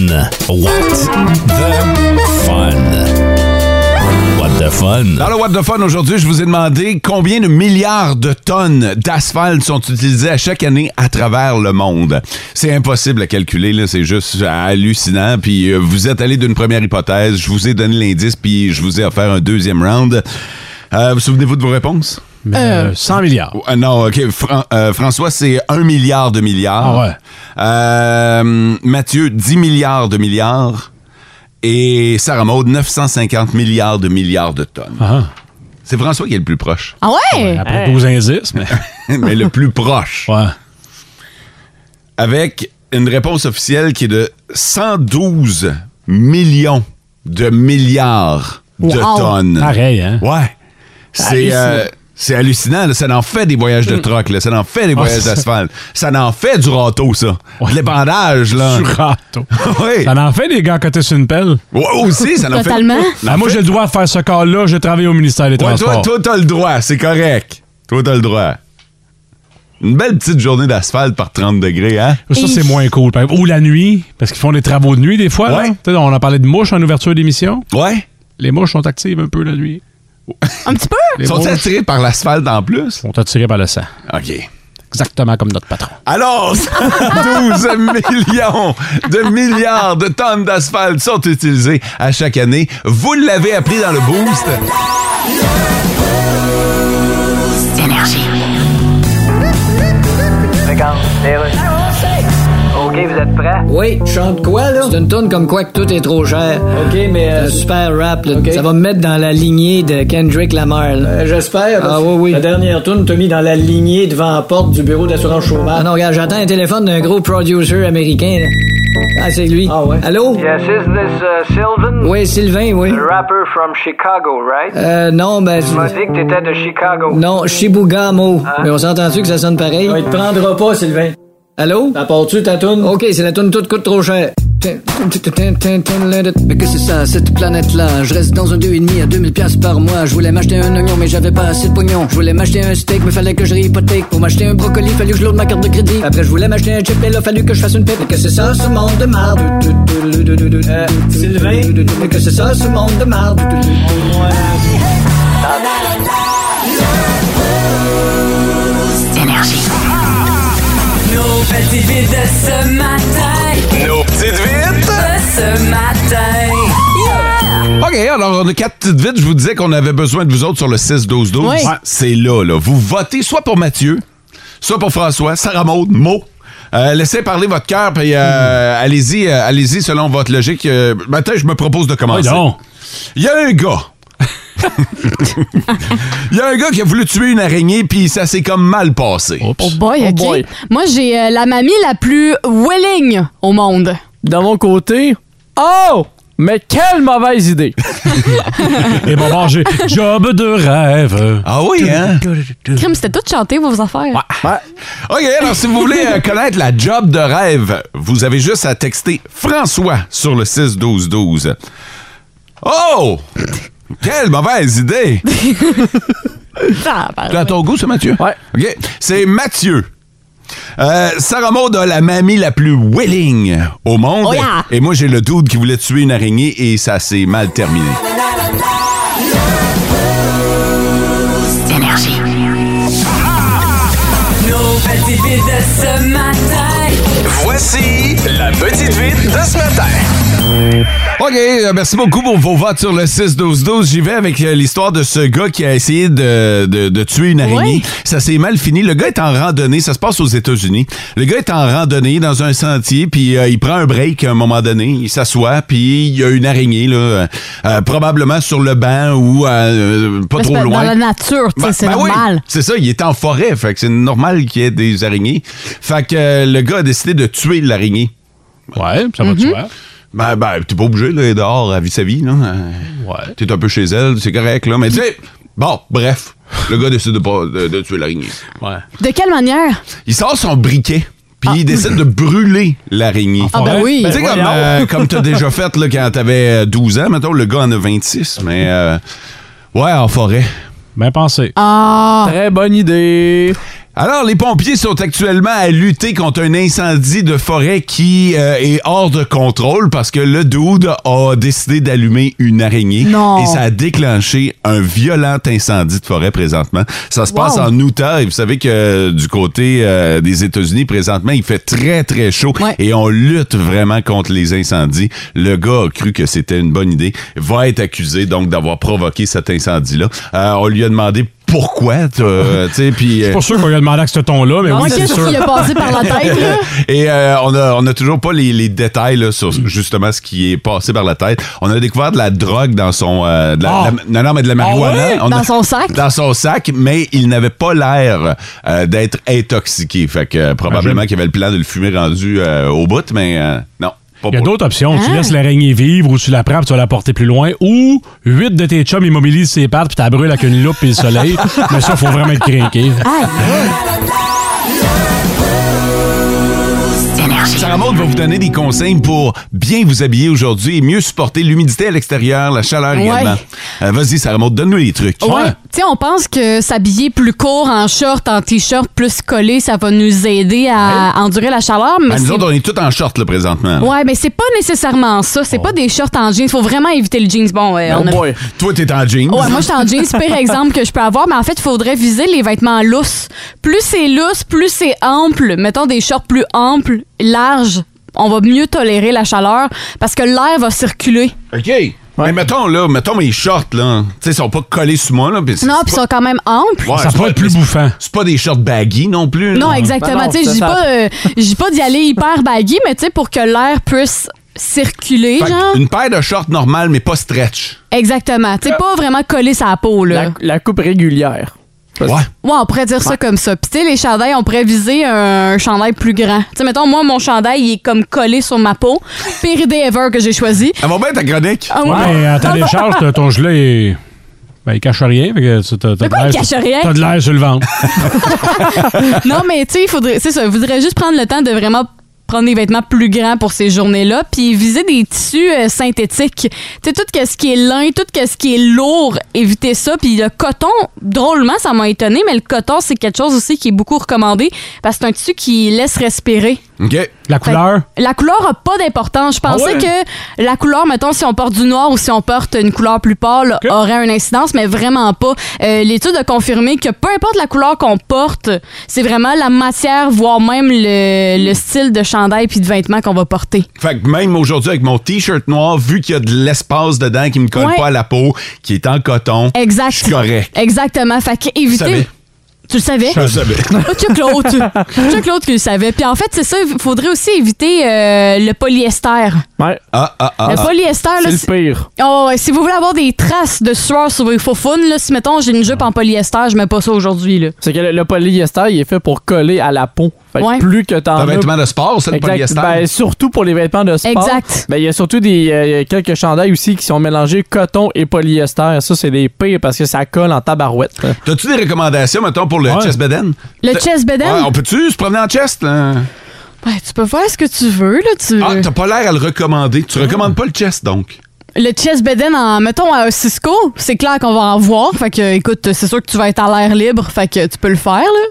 Speaker 1: What the fun? What the fun?
Speaker 2: Dans le What the Fun aujourd'hui, je vous ai demandé combien de milliards de tonnes d'asphalte sont utilisées à chaque année à travers le monde. C'est impossible à calculer, là, c'est juste hallucinant. Puis euh, vous êtes allé d'une première hypothèse, je vous ai donné l'indice, puis je vous ai offert un deuxième round. Euh, vous souvenez-vous de vos réponses?
Speaker 5: Mais, euh, 100 milliards.
Speaker 2: Ah, non, OK. Fran- euh, François, c'est 1 milliard de milliards.
Speaker 5: Ah ouais.
Speaker 2: Euh, Mathieu, 10 milliards de milliards. Et Sarah Maud, 950 milliards de milliards de tonnes.
Speaker 5: Ah,
Speaker 2: C'est François qui est le plus proche.
Speaker 4: Ah ouais?
Speaker 5: après 12 indices, mais.
Speaker 2: mais le plus proche.
Speaker 5: Ouais.
Speaker 2: Avec une réponse officielle qui est de 112 millions de milliards de
Speaker 4: Wow.
Speaker 2: tonnes.
Speaker 5: Pareil, hein?
Speaker 2: Ouais. C'est euh, c'est hallucinant. là. Ça en fait des voyages de troc. Là. Ça en fait des voyages
Speaker 5: Hmm. c'est ça.
Speaker 2: d'asphalte. Ça en fait du râteau, ça.
Speaker 5: Ouais.
Speaker 2: De l'épandage, là.
Speaker 5: Churato.
Speaker 2: oui.
Speaker 5: Ça en fait des gars côté sur une pelle.
Speaker 2: Ouais, aussi, ça en fait.
Speaker 4: Totalement.
Speaker 5: Ah, moi, j'ai le droit de faire ce corps-là. J'ai travaillé au ministère des
Speaker 2: Ouais,
Speaker 5: Transports.
Speaker 2: toi, toi, t'as le droit. C'est correct. Toi, t'as le droit. Une belle petite journée d'asphalte par 30 degrés, hein?
Speaker 5: Ça, c'est moins cool. par exemple. Ou la nuit, parce qu'ils font des travaux de nuit des fois. là.
Speaker 2: Ouais.
Speaker 5: Tu sais, On a parlé de mouches en ouverture d'émission.
Speaker 2: Ouais.
Speaker 5: Les mouches sont actives un peu la nuit.
Speaker 4: Un petit peu?
Speaker 5: Les
Speaker 2: Sont-ils
Speaker 5: mouches
Speaker 2: attirés par l'asphalte en plus?
Speaker 5: sont attirées par le sang.
Speaker 2: OK.
Speaker 5: Exactement comme notre patron.
Speaker 2: Alors, 12 millions de milliards de tonnes d'asphalte sont utilisées à chaque année. Vous l'avez appris dans le boost.
Speaker 7: OK, vous êtes prêts?
Speaker 8: Oui, je chante quoi, là? C'est une tonne comme quoi que tout est trop cher.
Speaker 3: OK, mais.
Speaker 8: C'est
Speaker 3: euh,
Speaker 8: Un super rap, là.
Speaker 3: OK.
Speaker 8: Ça va me mettre dans la lignée de Kendrick Lamar, là.
Speaker 3: euh, J'espère.
Speaker 8: Ah, oui, oui.
Speaker 3: La dernière tourne t'a mis dans la lignée devant la porte du bureau d'assurance
Speaker 8: Ah
Speaker 3: chômage.
Speaker 8: non, regarde, j'entends un téléphone d'un gros producer américain, là. Ah, c'est lui.
Speaker 3: Ah ouais.
Speaker 8: Allô?
Speaker 7: Yes, is this uh, Sylvan?
Speaker 8: Oui, Sylvain, oui.
Speaker 7: Rapper from Chicago, right?
Speaker 8: Euh, non, ben...
Speaker 7: Tu m'as dit que t'étais de Chicago. Hein?
Speaker 8: Non, Shibugamo. Mais on s'entend-tu que ça sonne pareil?
Speaker 3: Il te prendra pas, Sylvain.
Speaker 8: Allô?
Speaker 3: T'as portes-tu ta toune?
Speaker 8: OK, c'est la toune toute coûte trop cher. Mais que c'est ça, cette planète-là? Je reste dans un deux et demi à 2000 pièces par mois. Je voulais m'acheter un oignon, mais j'avais pas assez de pognon. Je voulais m'acheter un steak, mais fallait que je réhypothèque. Pour m'acheter un brocoli, fallu que je l'aude ma carte de crédit. Après, je voulais m'acheter un chip, mais là, fallu que je fasse une pipe. Mais que c'est ça, ce monde de marde? Euh, Sylvain? Mais que c'est ça, ce monde de marde?
Speaker 9: Nos petites vites de ce matin,
Speaker 2: Nos petites vites.
Speaker 9: de ce matin. Yeah!
Speaker 2: OK, alors on a quatre petites vites. Je vous disais qu'on avait besoin de vous autres sur le 6-12-12.
Speaker 4: Oui.
Speaker 2: Ouais, C'est là, là. Vous votez soit pour Mathieu, soit pour François, Sarah Maud, Mo. Euh, laissez parler votre cœur, puis euh,
Speaker 4: Hmm.
Speaker 2: allez-y euh, allez-y selon votre logique. Euh, matin, je me propose de
Speaker 5: Oui,
Speaker 2: commencer.
Speaker 5: donc.
Speaker 2: Il y a un gars. Il y a un gars qui a voulu tuer une araignée, puis ça s'est comme mal passé.
Speaker 4: Oh boy, OK.
Speaker 3: boy.
Speaker 4: Moi, j'ai euh, la mamie la plus willing au monde.
Speaker 3: De mon côté. Oh! Mais quelle mauvaise idée!
Speaker 5: Et bon, bon, j'ai job de rêve.
Speaker 2: Ah oui, hein?
Speaker 4: Crime, c'était tout chanté, vos affaires.
Speaker 2: OK, alors si vous voulez euh, connaître la job de rêve, vous avez juste à texter François sur le 6-12-12. Oh! Quelle mauvaise idée!
Speaker 4: Ah, ben,
Speaker 2: T'as ton goût, ça, Mathieu?
Speaker 3: Ouais.
Speaker 2: OK. C'est Mathieu. Euh, Sarah Maud a la mamie la plus willing au monde.
Speaker 4: Oh yeah!
Speaker 2: Et moi, j'ai le dude qui voulait tuer une araignée et ça s'est mal terminé.
Speaker 9: Nos petites vites de ce matin.
Speaker 6: Voici la petite vite de ce matin.
Speaker 2: OK, euh, merci beaucoup pour vos votes sur le 6-12-12. J'y vais avec euh, l'histoire de ce gars qui a essayé de, de- de tuer une araignée.
Speaker 4: Ouais.
Speaker 2: Ça s'est mal fini. Le gars est en randonnée. Ça se passe aux États-Unis. Le gars est en randonnée dans un sentier, puis euh, il prend un break à un moment donné. Il s'assoit, puis il y a une araignée, là, euh, euh, probablement sur le banc ou euh, pas
Speaker 4: mais c'est
Speaker 2: trop
Speaker 4: pas-
Speaker 2: loin.
Speaker 4: Dans la nature, tu sais,
Speaker 2: Ben-
Speaker 4: c'est
Speaker 2: ben oui,
Speaker 4: normal.
Speaker 2: c'est ça, il est en forêt, fait que c'est normal qu'il y ait des araignées. Fait que euh, le gars a décidé de tuer l'araignée.
Speaker 5: Ouais, ça va de soi.
Speaker 2: Ben, ben, t'es pas obligé, là, elle est dehors, à vie sa vie, là. Euh,
Speaker 5: Ouais.
Speaker 2: T'es un peu chez elle, c'est correct, là. Mais tu sais, bon, bref, le gars décide de, pas, de, de tuer l'araignée.
Speaker 5: Ouais.
Speaker 4: De quelle manière?
Speaker 2: Il sort son briquet, puis il décide de brûler l'araignée.
Speaker 4: Ah, ben
Speaker 5: Ouais.
Speaker 4: oui.
Speaker 2: Tu sais, comme, euh, comme t'as déjà fait, là, quand t'avais euh, 12 ans, mettons, le gars en a 26, mais... euh, ouais, en forêt.
Speaker 5: Bien pensé.
Speaker 4: Ah,
Speaker 3: Très bonne idée!
Speaker 2: Alors, les pompiers sont actuellement à lutter contre un incendie de forêt qui euh, est hors de contrôle parce que le dude a décidé d'allumer une araignée.
Speaker 4: Non.
Speaker 2: Et ça a déclenché un violent incendie de forêt présentement. Ça se passe
Speaker 4: Wow.
Speaker 2: en Utah et vous savez que euh, du côté euh, des États-Unis, présentement, il fait très, très chaud
Speaker 4: Ouais.
Speaker 2: et on lutte vraiment contre les incendies. Le gars a cru que c'était une bonne idée, va être accusé donc d'avoir provoqué cet incendie-là. Euh, on lui a demandé pourquoi, t'as- tu sais, puis... euh,
Speaker 5: Pas sûr qu'on lui a demandé à ce ton-là, mais
Speaker 4: moi,
Speaker 2: Ah,
Speaker 5: oui, c'est
Speaker 4: qu'est-ce
Speaker 5: sûr.
Speaker 4: qui a passé par la tête, là?
Speaker 2: Et euh, on, a, on a toujours pas les, les détails là, sur
Speaker 5: Mm.
Speaker 2: justement ce qui est passé par la tête. On a découvert de la drogue dans son. euh, de la-
Speaker 5: Ah!
Speaker 2: la- non, non, mais de la marijuana.
Speaker 5: ouais?
Speaker 2: On a-
Speaker 4: Dans son sac?
Speaker 2: Dans son sac, mais il n'avait pas l'air euh, d'être intoxiqué. Fait que euh, probablement qu'il y avait le plan de le fumer rendu euh, au bout, mais euh, non. Pas
Speaker 5: Il y a
Speaker 2: pour-
Speaker 5: d'autres options. Tu
Speaker 4: Ah.
Speaker 5: laisses l'araignée vivre ou tu la prends puis tu vas la porter plus loin. Ou huit de tes chums immobilisent ses pattes puis t'as brûles avec une loupe et le soleil. Mais ça, faut vraiment être craqué.
Speaker 2: Sarah Maud va vous donner des conseils pour bien vous habiller aujourd'hui et mieux supporter l'humidité à l'extérieur, la chaleur
Speaker 4: Ouais.
Speaker 2: également. Euh, Vas-y, Sarah Maud, donne-nous les trucs.
Speaker 4: Ah, Ouais. Tu sais, on pense que s'habiller plus court en short, en t-shirt, plus collé, ça va nous aider à endurer la chaleur, mais
Speaker 2: Ben, nous
Speaker 4: c'est
Speaker 2: autres, on est tous en short là, présentement. là.
Speaker 4: Ouais, mais c'est pas nécessairement ça. C'est
Speaker 2: Oh.
Speaker 4: pas des shorts en jeans. Faut vraiment éviter le jeans. Bon, euh, on a-
Speaker 3: boy.
Speaker 2: Toi, t'es en jeans.
Speaker 4: Ouais, moi, je suis en jeans, pire exemple que je peux avoir, mais en fait, il faudrait viser les vêtements lousses. Plus c'est lousse, plus c'est ample. Mettons des shorts plus amples, larges. On va mieux tolérer la chaleur parce que l'air va circuler.
Speaker 2: OK. Mais mettons, là, mettons mes shorts, là. Tu sais, ils sont pas collés sur moi, là. pis c'est-
Speaker 4: Non,
Speaker 2: c'est
Speaker 4: puis ils
Speaker 2: pas-
Speaker 4: sont quand même amples.
Speaker 2: Ouais,
Speaker 5: Ça
Speaker 2: c'est
Speaker 5: peut être plus
Speaker 2: c'est-
Speaker 5: bouffant.
Speaker 2: C'est pas des shorts baggy non plus.
Speaker 4: Non,
Speaker 2: là.
Speaker 3: Ben
Speaker 4: exactement.
Speaker 3: non,
Speaker 4: Tu sais, je
Speaker 3: ça,
Speaker 4: dis
Speaker 3: ça-
Speaker 4: pas, euh, je dis pas d'y aller hyper baggy, mais tu sais, pour que l'air puisse circuler,
Speaker 2: Fait que
Speaker 4: genre.
Speaker 2: Une paire de shorts normales, mais pas stretch.
Speaker 4: Exactement. Tu sais, pas vraiment coller sa peau, là.
Speaker 3: La, la coupe régulière.
Speaker 2: Ouais.
Speaker 4: Ouais, on pourrait dire ça comme ça. Puis, tu sais, les chandails, on pourrait viser un, un chandail plus grand. Tu sais, mettons, moi, mon chandail, il est comme collé sur ma peau. Pire idée ever que j'ai choisi.
Speaker 2: Ça va bien ta chronique?
Speaker 4: Ah oui.
Speaker 5: Ouais, mais à ta décharge, t'as- ton gelé est. Ben, il cache rien. Fait que t'as- t'as- t'as
Speaker 4: Mais
Speaker 5: de
Speaker 4: quoi, il
Speaker 5: l'air
Speaker 4: cache
Speaker 5: sur-
Speaker 4: rien?
Speaker 5: T'as de l'air sur le ventre.
Speaker 4: Non, mais tu sais, il faudrait, c'est ça, il faudrait juste prendre le temps de vraiment prendre des vêtements plus grands pour ces journées-là, puis viser des tissus euh, synthétiques. Tu sais, tout ce qui est lin, tout ce qui est lourd, éviter ça. Puis le coton, drôlement, ça m'a étonné, mais le coton, c'est quelque chose aussi qui est beaucoup recommandé parce que c'est un tissu qui laisse respirer.
Speaker 2: OK.
Speaker 5: La couleur.
Speaker 4: La couleur n'a pas d'importance. Je pensais
Speaker 5: ouais?
Speaker 4: que la couleur, mettons, si on porte du noir ou si on porte une couleur plus pâle,
Speaker 5: Ok.
Speaker 4: aurait une incidence, mais vraiment pas. Euh, L'étude a confirmé que peu importe la couleur qu'on porte, c'est vraiment la matière, voire même le, le style de chandail puis de vêtements qu'on va porter.
Speaker 2: Fait que même aujourd'hui, avec mon T-shirt noir, vu qu'il y a de l'espace dedans qui me colle
Speaker 4: Ouais.
Speaker 2: pas à la peau, qui est en coton,
Speaker 4: Exact.
Speaker 2: je suis correct.
Speaker 4: Exactement. Fait que éviter-
Speaker 2: savais.
Speaker 4: Tu le savais?
Speaker 2: Je le savais.
Speaker 4: Ah, Chuck Claude. Chuck Claude qui le savait. Puis en fait, c'est ça, il faudrait aussi éviter euh, le polyester.
Speaker 3: Ouais.
Speaker 2: Ah, ah, ah.
Speaker 4: le
Speaker 2: ah.
Speaker 4: polyester, là,
Speaker 3: C'est
Speaker 4: c'est-
Speaker 3: le pire.
Speaker 4: Oh, ouais, si vous voulez avoir des traces de sueur sur vos faux faunes, là, si mettons j'ai une jupe en polyester, je mets pas ça aujourd'hui. là.
Speaker 3: C'est que le, le polyester, il est fait pour coller à la peau. Fait que
Speaker 4: Ouais.
Speaker 3: plus que t'en
Speaker 2: Un
Speaker 5: Ah,
Speaker 3: as.
Speaker 2: vêtement de sport, c'est le
Speaker 3: Exact.
Speaker 2: polyester.
Speaker 3: Ben, surtout pour les vêtements de sport.
Speaker 4: Exact.
Speaker 3: Ben, il y a surtout des euh, il y a quelques chandails aussi qui sont mélangés coton et polyester. Ça, c'est des pires parce que ça colle en tabarouette.
Speaker 2: T'as-tu des recommandations, mettons, pour le
Speaker 5: Ouais.
Speaker 2: chest beden?
Speaker 4: Le chest beden?
Speaker 2: Ouais, on peut-tu se promener en chest? là?
Speaker 4: Ouais, tu peux faire ce que tu veux, là. Tu...
Speaker 2: Ah, t'as pas l'air à le recommander.
Speaker 4: Mm-hmm.
Speaker 2: Tu recommandes pas le chest, donc.
Speaker 4: Le chest beden en, mettons, à Cisco, c'est clair qu'on va en voir. Fait que, écoute, c'est sûr que tu vas être à l'air libre. Fait que tu peux le faire, là.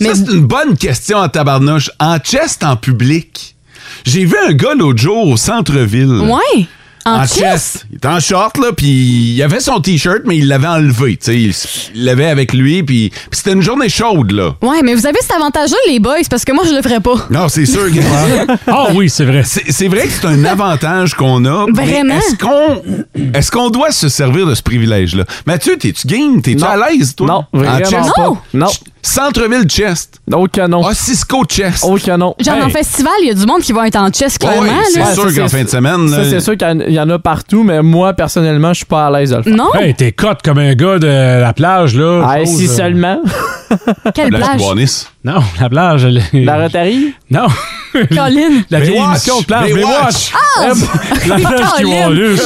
Speaker 4: Mais
Speaker 2: Ça, c'est une bonne question en tabarnouche. En chest, en public. J'ai vu un gars l'autre jour au centre-ville.
Speaker 4: ouais, en,
Speaker 2: En
Speaker 4: chest?
Speaker 2: chest. Il était en short, là, puis il avait son T-shirt, mais il l'avait enlevé. tu sais. Il s- il l'avait avec lui, puis puis c'était une journée chaude, là.
Speaker 4: Ouais, mais vous avez cet avantage-là, les boys, parce que moi, je le ferais pas.
Speaker 2: Non, c'est sûr que...
Speaker 5: Ah oui, c'est vrai.
Speaker 2: C'est c'est vrai que c'est un avantage qu'on a. mais
Speaker 4: Vraiment?
Speaker 2: Est-ce qu'on est-ce qu'on doit se servir de ce privilège-là? Mathieu, t'es-tu game? T'es-tu
Speaker 3: Non.
Speaker 2: à l'aise, toi? Ah,
Speaker 3: Non,
Speaker 2: En
Speaker 3: vraiment
Speaker 2: chest?
Speaker 3: pas.
Speaker 4: Non.
Speaker 3: Non.
Speaker 2: Ch- Centre-ville chest.
Speaker 3: Au canon.
Speaker 2: Ah, Cisco chest.
Speaker 3: Au canon.
Speaker 4: Genre,
Speaker 5: Hey.
Speaker 4: en festival, il y a du monde qui va être en chest,
Speaker 2: Ah Ouais,
Speaker 4: Oh, clairement,
Speaker 2: c'est
Speaker 4: là.
Speaker 3: Ouais,
Speaker 2: sûr
Speaker 3: ça,
Speaker 2: qu'en
Speaker 3: c'est-
Speaker 2: fin de semaine.
Speaker 3: Ça,
Speaker 2: là,
Speaker 3: c'est sûr qu'il y en- il y en a partout, mais moi, personnellement, je suis pas à l'aise de le faire.
Speaker 4: Non?
Speaker 5: Hey, t'es cote comme un gars de la plage, là.
Speaker 3: Ah,
Speaker 5: chose,
Speaker 3: si
Speaker 5: euh,
Speaker 3: seulement.
Speaker 4: Quelle
Speaker 2: la
Speaker 4: plage?
Speaker 2: Kiwanis.
Speaker 5: Non, la plage. elle est-
Speaker 3: La Rotary?
Speaker 5: Non.
Speaker 4: Colin!
Speaker 5: La vieille
Speaker 2: Baywatch.
Speaker 5: émission de plage.
Speaker 2: Baywatch.
Speaker 5: Baywatch. Ah! La plage qui
Speaker 4: Caroline.
Speaker 5: Walrus.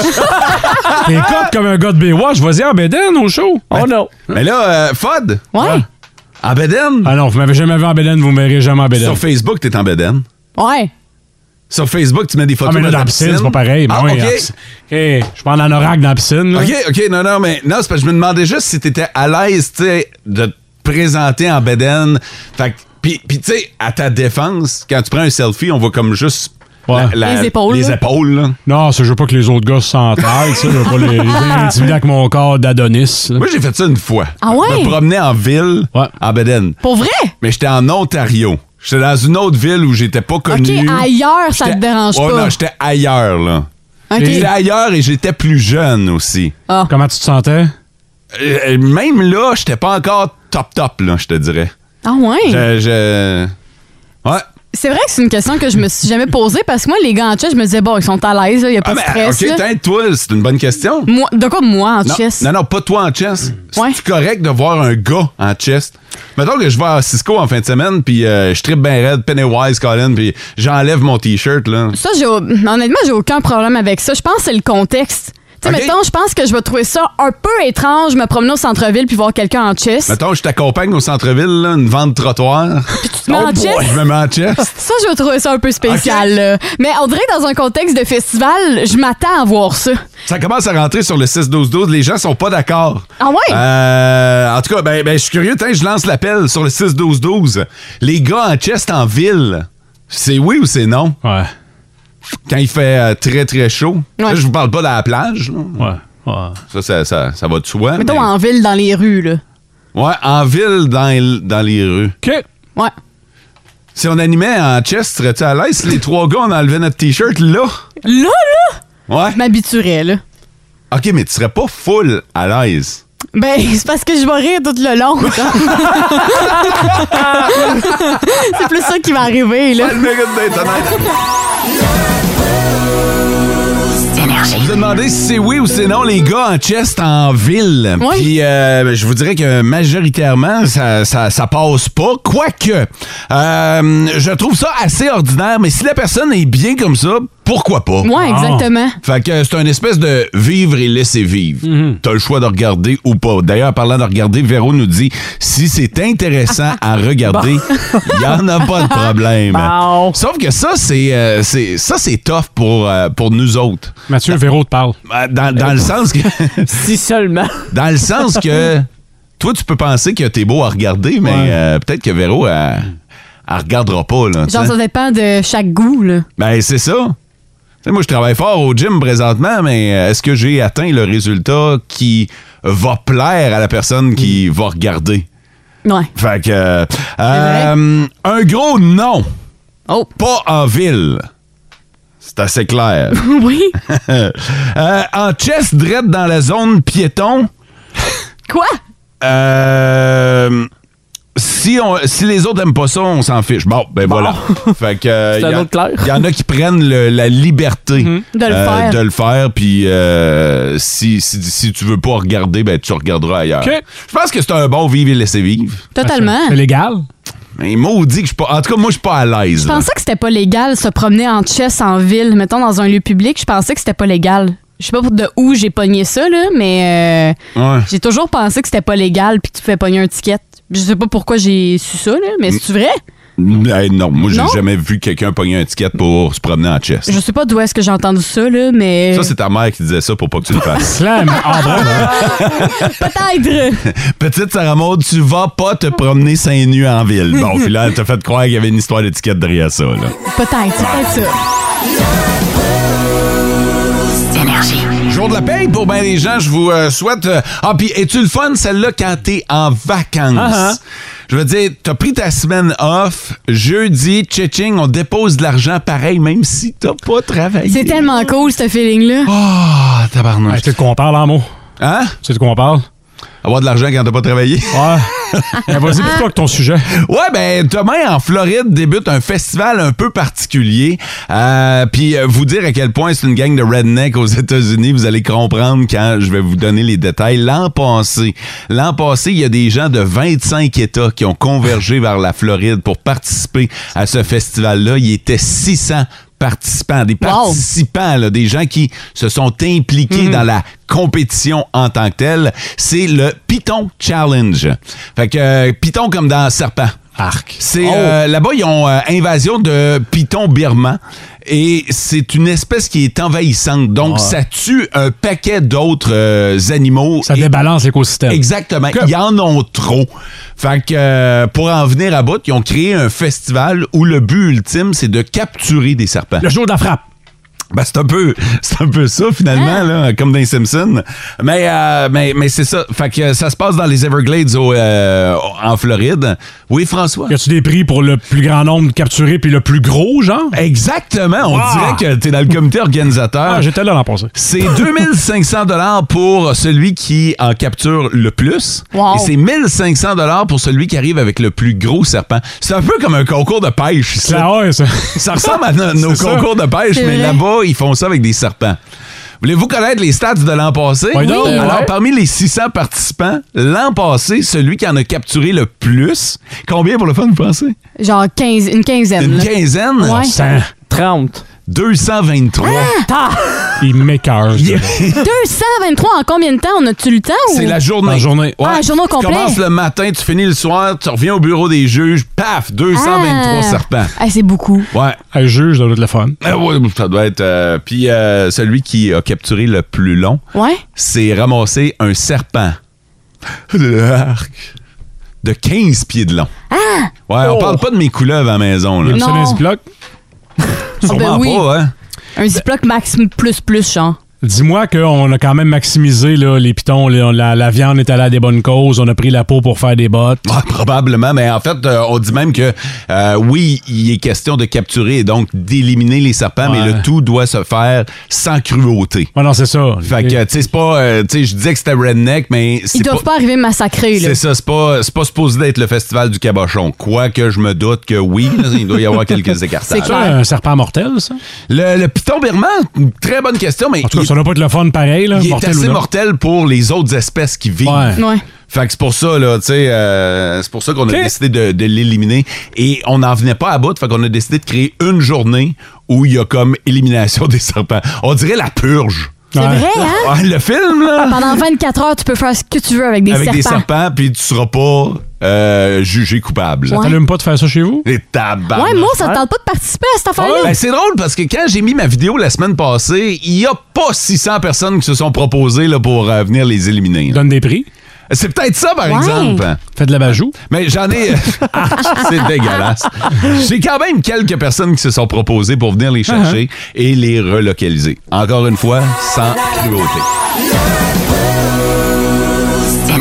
Speaker 5: T'es cote comme un gars de Baywatch. Vas-y en Bédène au show. Ben,
Speaker 3: Oh non.
Speaker 2: Mais là, euh, Fod,
Speaker 4: Ouais!
Speaker 2: en Beden.
Speaker 5: Ah non, vous m'avez jamais vu en Bédène, vous me verrez jamais en Bédène.
Speaker 2: Sur Facebook, t'es en Beden.
Speaker 4: Ouais!
Speaker 2: Sur Facebook, tu mets des
Speaker 5: Ah,
Speaker 2: photos
Speaker 5: mais là,
Speaker 2: de
Speaker 5: dans
Speaker 2: ta
Speaker 5: la piscine, c'est pas pareil. Mais
Speaker 2: Ah,
Speaker 5: oui, hein.
Speaker 2: ok.
Speaker 5: en piscine. Hey, je prends un anorak dans la piscine. là.
Speaker 2: OK, OK, non, non, mais non, c'est parce que je me demandais juste si t'étais à l'aise, tu sais, de te présenter en Beden. Fait que- puis, puis, tu sais, à ta défense, quand tu prends un selfie, on voit comme juste
Speaker 5: Ouais.
Speaker 4: Les épaules,
Speaker 2: Les
Speaker 4: là.
Speaker 2: épaules, là.
Speaker 5: Non, c'est je veux pas que les autres gars s'entaillent. ça, Je veux pas les, les intimider avec mon corps d'Adonis. là.
Speaker 2: Moi, j'ai fait ça une fois.
Speaker 4: Ah ouais?
Speaker 2: Je me promenais en ville,
Speaker 5: Ouais.
Speaker 2: en Beden.
Speaker 4: Pour vrai?
Speaker 2: Mais j'étais en Ontario. J'étais dans une autre ville où j'étais pas connu.
Speaker 4: Ok, ailleurs, ça
Speaker 2: J'étais-
Speaker 4: te dérange
Speaker 2: Ouais,
Speaker 4: pas.
Speaker 2: non, j'étais ailleurs, là. J'étais
Speaker 4: ok.
Speaker 2: ailleurs et j'étais plus jeune aussi.
Speaker 4: Ah.
Speaker 5: Comment tu te sentais?
Speaker 2: Euh, même là, j'étais pas encore top top, là, je te dirais.
Speaker 4: Ah ouais!
Speaker 2: Je, je- Ouais.
Speaker 4: C'est vrai que c'est une question que je me suis jamais posée parce que moi, les gars en chest, je me disais, bon, ils sont à l'aise, il n'y a pas
Speaker 2: Ah,
Speaker 4: de
Speaker 2: mais
Speaker 4: stress.
Speaker 2: ok,
Speaker 4: là.
Speaker 2: t'inquiète, toi, c'est une bonne question.
Speaker 4: Moi, de quoi, moi, en
Speaker 2: Non,
Speaker 4: chest?
Speaker 2: non, non, pas toi en chest.
Speaker 4: Mm. Ouais.
Speaker 2: C'est correct de voir un gars en chest. Mettons que je vais à Cisco en fin de semaine, puis euh, je tripe bien raide, Pennywise, Colin, puis j'enlève mon t-shirt, là.
Speaker 4: Ça, j'ai, au- honnêtement, j'ai aucun problème avec ça. Je pense que c'est le contexte. Tu sais,
Speaker 2: Ok.
Speaker 4: mettons, je pense que je vais trouver ça un peu étrange, me promener au centre-ville puis voir quelqu'un en chest.
Speaker 2: Mettons, je t'accompagne au centre-ville, là, une vente trottoir. Oh
Speaker 4: te mets en
Speaker 2: boy,
Speaker 4: chest?
Speaker 2: Je me mets en chest.
Speaker 4: Ça, je vais trouver ça un peu spécial. là. Mais on dirait que dans un contexte de festival, je m'attends à voir ça.
Speaker 2: Ça commence à rentrer sur le 6-12-12. Les gens sont pas d'accord.
Speaker 4: Ah ouais?
Speaker 2: Euh, en tout cas, ben, ben, je suis curieux. Tiens, je lance l'appel sur le 6-12-12. Les gars en chest en ville, c'est oui ou c'est non?
Speaker 5: Ouais.
Speaker 2: Quand il fait euh, très, très chaud.
Speaker 4: Ouais.
Speaker 2: Là, je vous parle pas de la plage. là.
Speaker 5: Ouais. ouais.
Speaker 2: Ça, ça, ça, ça va de soi.
Speaker 4: Mettons
Speaker 2: mais-
Speaker 4: en ville, dans les rues, là.
Speaker 2: Ouais, en ville, dans, les- dans les rues.
Speaker 5: OK.
Speaker 4: Ouais.
Speaker 2: Si on animait en chest, serais-tu à l'aise? Si les trois gars, on enlevait notre T-shirt, là...
Speaker 4: Là, là,
Speaker 2: Ouais.
Speaker 4: je m'habituerais, là.
Speaker 2: OK, mais tu serais pas full à l'aise.
Speaker 4: Ben, c'est parce que je vais rire tout le long. c'est plus ça qui va arriver, là.
Speaker 2: Elle mérite d'être honnête. Je vous ai demandé si c'est oui ou c'est non les gars en chest en ville.
Speaker 4: Ouais.
Speaker 2: Puis euh, je vous dirais que majoritairement ça, ça, ça passe pas. Quoique, euh, je trouve ça assez ordinaire, mais si la personne est bien comme ça, pourquoi pas?
Speaker 4: Ouais, exactement.
Speaker 2: Fait que c'est une espèce de vivre et laisser vivre. T'as le choix de regarder ou pas. D'ailleurs, parlant de regarder, Véro nous dit si c'est intéressant à regarder, il y en a pas de problème.
Speaker 3: Bon.
Speaker 2: Sauf que ça, c'est euh, c'est- ça, c'est tough pour, euh, pour nous autres.
Speaker 5: Mathieu Véro te parle.
Speaker 2: Euh, Dans, dans le sens que
Speaker 3: Si seulement.
Speaker 2: dans le sens que toi, tu peux penser que t'es beau à regarder, mais euh, peut-être que Véro, elle, elle regardera pas. Là,
Speaker 4: Genre,
Speaker 2: t'sais.
Speaker 4: ça dépend de chaque goût, là.
Speaker 2: Ben, c'est ça. Tu sais, moi, je travaille fort au gym présentement, mais euh, est-ce que j'ai atteint le résultat qui va plaire à la personne qui va regarder?
Speaker 4: Ouais.
Speaker 2: Fait que. euh, euh, un gros non.
Speaker 4: Oh.
Speaker 2: Pas en ville. C'est assez clair.
Speaker 4: oui.
Speaker 2: Euh, en chest drette dans la zone piéton,
Speaker 4: Quoi?
Speaker 2: euh, si, on, si les autres aiment pas ça, on s'en fiche. Bon, ben voilà. Fait que. euh,
Speaker 3: C'est un
Speaker 2: y a-
Speaker 3: autre clair.
Speaker 2: Il y en a qui prennent le- la liberté euh,
Speaker 4: De le faire.
Speaker 2: de le faire, puis euh, si, si, si tu veux pas regarder, ben tu regarderas ailleurs.
Speaker 5: OK.
Speaker 2: Je pense que c'est un bon vivre et laisser vivre.
Speaker 4: Totalement.
Speaker 5: C'est légal?
Speaker 2: Mais maudit que je suis pas. En tout cas, moi, je suis pas à l'aise.
Speaker 4: Je
Speaker 2: là.
Speaker 4: pensais que c'était pas légal se promener en chess en ville, mettons dans un lieu public. Je pensais que c'était pas légal. Je sais pas de où j'ai pogné ça, là, mais euh,
Speaker 2: Ouais.
Speaker 4: j'ai toujours pensé que c'était pas légal puis que tu fais pogner un ticket. Je sais pas pourquoi j'ai su ça, là,
Speaker 2: Mm.
Speaker 4: mais c'est vrai?
Speaker 2: Eh, non, moi, j'ai
Speaker 4: Non?
Speaker 2: jamais vu quelqu'un pogner un ticket pour se promener en chest.
Speaker 4: Je sais pas d'où est-ce que j'ai entendu ça, là, mais.
Speaker 2: Ça, c'est ta mère qui disait ça pour pas que tu le fasses.
Speaker 5: Slam! Ah, bravo!
Speaker 4: Peut-être!
Speaker 2: Petite Sarah Maud, tu vas pas te promener seins nus en ville. Bon, puis là, elle t'a fait croire qu'il y avait une histoire d'étiquette derrière ça. Là.
Speaker 4: Peut-être, c'est peut-être ça.
Speaker 2: Jour de la paye pour bien les gens, je vous euh, souhaite. euh, Ah, puis es-tu le fun, celle-là, quand t'es en vacances?
Speaker 5: Ah, ah.
Speaker 2: Je veux dire, t'as pris ta semaine off, jeudi, tchitching, on dépose de l'argent pareil, même si t'as pas travaillé.
Speaker 4: C'est tellement cool, ce feeling-là.
Speaker 2: Ah,
Speaker 5: Ouais,
Speaker 2: tabarnouche.
Speaker 5: c'est de quoi on parle, hein, Mo?
Speaker 2: Hein?
Speaker 5: C'est de quoi on parle?
Speaker 2: Avoir de l'argent quand t'as pas travaillé?
Speaker 5: Ouais. Ben, Vas-y, plus toi que ton sujet.
Speaker 2: Ouais, ben demain en Floride débute un festival un peu particulier. Euh, Puis euh, vous dire à quel point c'est une gang de redneck aux États-Unis, vous allez comprendre quand je vais vous donner les détails. L'an passé, l'an passé, il y a des gens de 25 États qui ont convergé vers la Floride pour participer à ce festival-là. Il était 600 participants, des participants, là, des gens qui se sont
Speaker 5: Mhm.
Speaker 2: impliqués dans la compétition en tant que telle, c'est le Python Challenge. Fait que euh, Python comme dans serpent.
Speaker 5: Arc. Oh.
Speaker 2: C'est euh, là-bas ils ont euh, invasion de python birman et c'est une espèce qui est envahissante. Donc ça tue un paquet d'autres euh, animaux.
Speaker 5: Ça
Speaker 2: Et-
Speaker 5: débalance l'écosystème.
Speaker 2: Exactement.
Speaker 5: Que-
Speaker 2: Ils en ont trop. Fait que euh, pour en venir à bout, ils ont créé un festival où le but ultime, c'est de capturer des serpents.
Speaker 5: Le jour de la frappe.
Speaker 2: Ben, c'est un peu, c'est un peu ça finalement là, comme dans les Simpsons. Mais euh, mais mais c'est ça. Fait que ça se passe dans les Everglades au, euh, en Floride. Oui, François.
Speaker 5: Y a-tu des prix pour le plus grand nombre capturé puis le plus gros, genre?
Speaker 2: Exactement. On
Speaker 5: Ah!
Speaker 2: dirait que t'es dans le comité organisateur.
Speaker 5: Ah, j'étais là l'an passé.
Speaker 2: c'est 2500 dollars pour celui qui en capture le plus
Speaker 4: Wow.
Speaker 2: et c'est 1500 dollars pour celui qui arrive avec le plus gros serpent. C'est un peu comme un concours de pêche.
Speaker 5: C'est
Speaker 2: Ça.
Speaker 5: la hausse.
Speaker 2: Ça ressemble à no- nos
Speaker 5: C'est ça.
Speaker 2: concours de pêche,
Speaker 4: C'est
Speaker 2: mais
Speaker 4: vrai.
Speaker 2: là-bas, ils font ça avec des serpents. Voulez-vous connaître les stats de l'an passé?
Speaker 5: Oui, donc. Oui.
Speaker 2: Alors, parmi les 600 participants, l'an passé, celui qui en a capturé le plus, combien pour le fun, vous pensez?
Speaker 4: Genre 15, une quinzaine.
Speaker 2: Une
Speaker 4: là.
Speaker 2: quinzaine?
Speaker 4: Euh, Ouais. Ah,
Speaker 5: Ça,
Speaker 3: 30.
Speaker 2: 223.
Speaker 5: il m'écœure.
Speaker 2: Yeah.
Speaker 4: 223 en combien de temps? On a-tu le temps? ou-
Speaker 2: C'est la journée.
Speaker 5: Dans la journée.
Speaker 2: Ouais.
Speaker 4: Ah, journée au
Speaker 2: Tu
Speaker 4: complet.
Speaker 2: commences le matin, tu finis le soir, tu reviens au bureau des juges, paf, 223
Speaker 4: Ah!
Speaker 2: serpents.
Speaker 4: Ah, c'est beaucoup.
Speaker 2: Ouais.
Speaker 5: Un juge, ça doit être le fun.
Speaker 2: Ah ouais, ça doit être. euh, Puis euh, celui qui a capturé le plus long,
Speaker 4: Ouais?
Speaker 2: c'est ramasser un serpent. Le arc. De 15 pieds de long.
Speaker 4: Ah!
Speaker 2: Ouais,
Speaker 4: Oh!
Speaker 2: on parle pas de mes couleuvres à la maison, là.
Speaker 5: Le
Speaker 4: Non.
Speaker 5: Sonnet Ziploc.
Speaker 4: Mm, Ah, ben
Speaker 2: Sûrement
Speaker 4: oui.
Speaker 2: pas, hein?
Speaker 4: Un Ziploc max plus plus, genre.
Speaker 5: Dis-moi qu'on a quand même maximisé là, les pitons. là, la, la viande est allée à des bonnes causes. On a pris la peau pour faire des bottes.
Speaker 2: Ouais, Ah, probablement, mais en fait, euh, on dit même que euh, oui, il est question de capturer et donc d'éliminer les serpents, mais
Speaker 5: Ouais.
Speaker 2: le tout doit se faire sans cruauté.
Speaker 5: Ouais, non, c'est ça.
Speaker 2: Fait que, tu sais, c'est pas. euh, tu sais, je disais que c'était redneck, mais
Speaker 4: Ils
Speaker 2: c'est
Speaker 4: doivent pas, arriver massacrés, là.
Speaker 2: C'est ça, c'est pas, c'est pas supposé d'être le festival du cabochon. Quoique je me doute que oui, là, il doit y avoir quelques écartages.
Speaker 5: C'est un serpent mortel, ça?
Speaker 2: Le, le python birman, une très bonne question, mais
Speaker 5: En tout
Speaker 2: il,
Speaker 5: cas, ça doit pas être le fun pareil, là,
Speaker 2: il est
Speaker 5: mortel ou
Speaker 2: assez
Speaker 5: non.
Speaker 2: mortel pour les autres espèces qui vivent.
Speaker 5: Ouais.
Speaker 4: Ouais.
Speaker 2: Fait que c'est pour ça, là, tu sais, euh, c'est pour ça qu'on a
Speaker 5: Ok.
Speaker 2: décidé de, de l'éliminer. Et on n'en venait pas à bout, fait qu'on a décidé de créer une journée où il y a comme élimination des serpents. On dirait la purge.
Speaker 4: C'est
Speaker 5: Ouais.
Speaker 4: vrai, hein?
Speaker 2: Ah, le film, là!
Speaker 4: Pendant 24 heures, tu peux faire ce que tu veux avec des
Speaker 2: avec
Speaker 4: serpents.
Speaker 2: des serpents, puis tu seras pas euh, jugé coupable.
Speaker 4: Ouais.
Speaker 5: T'allumes pas de faire ça chez vous?
Speaker 2: Les tabarnak.
Speaker 4: Ouais, moi, ça te tente pas de participer à cette affaire-là.
Speaker 2: Ben, c'est drôle parce que quand j'ai mis ma vidéo la semaine passée, il y a pas 600 personnes qui se sont proposées là, pour euh, venir les éliminer. là.
Speaker 5: Donne des prix.
Speaker 2: C'est peut-être ça, par
Speaker 4: Ouais.
Speaker 2: exemple. hein.
Speaker 5: Fais de la bajou.
Speaker 2: Mais j'en ai. euh, c'est dégueulasse. J'ai quand même quelques personnes qui se sont proposées pour venir les
Speaker 4: Uh-huh.
Speaker 2: chercher et les relocaliser. Encore une fois, sans cruauté.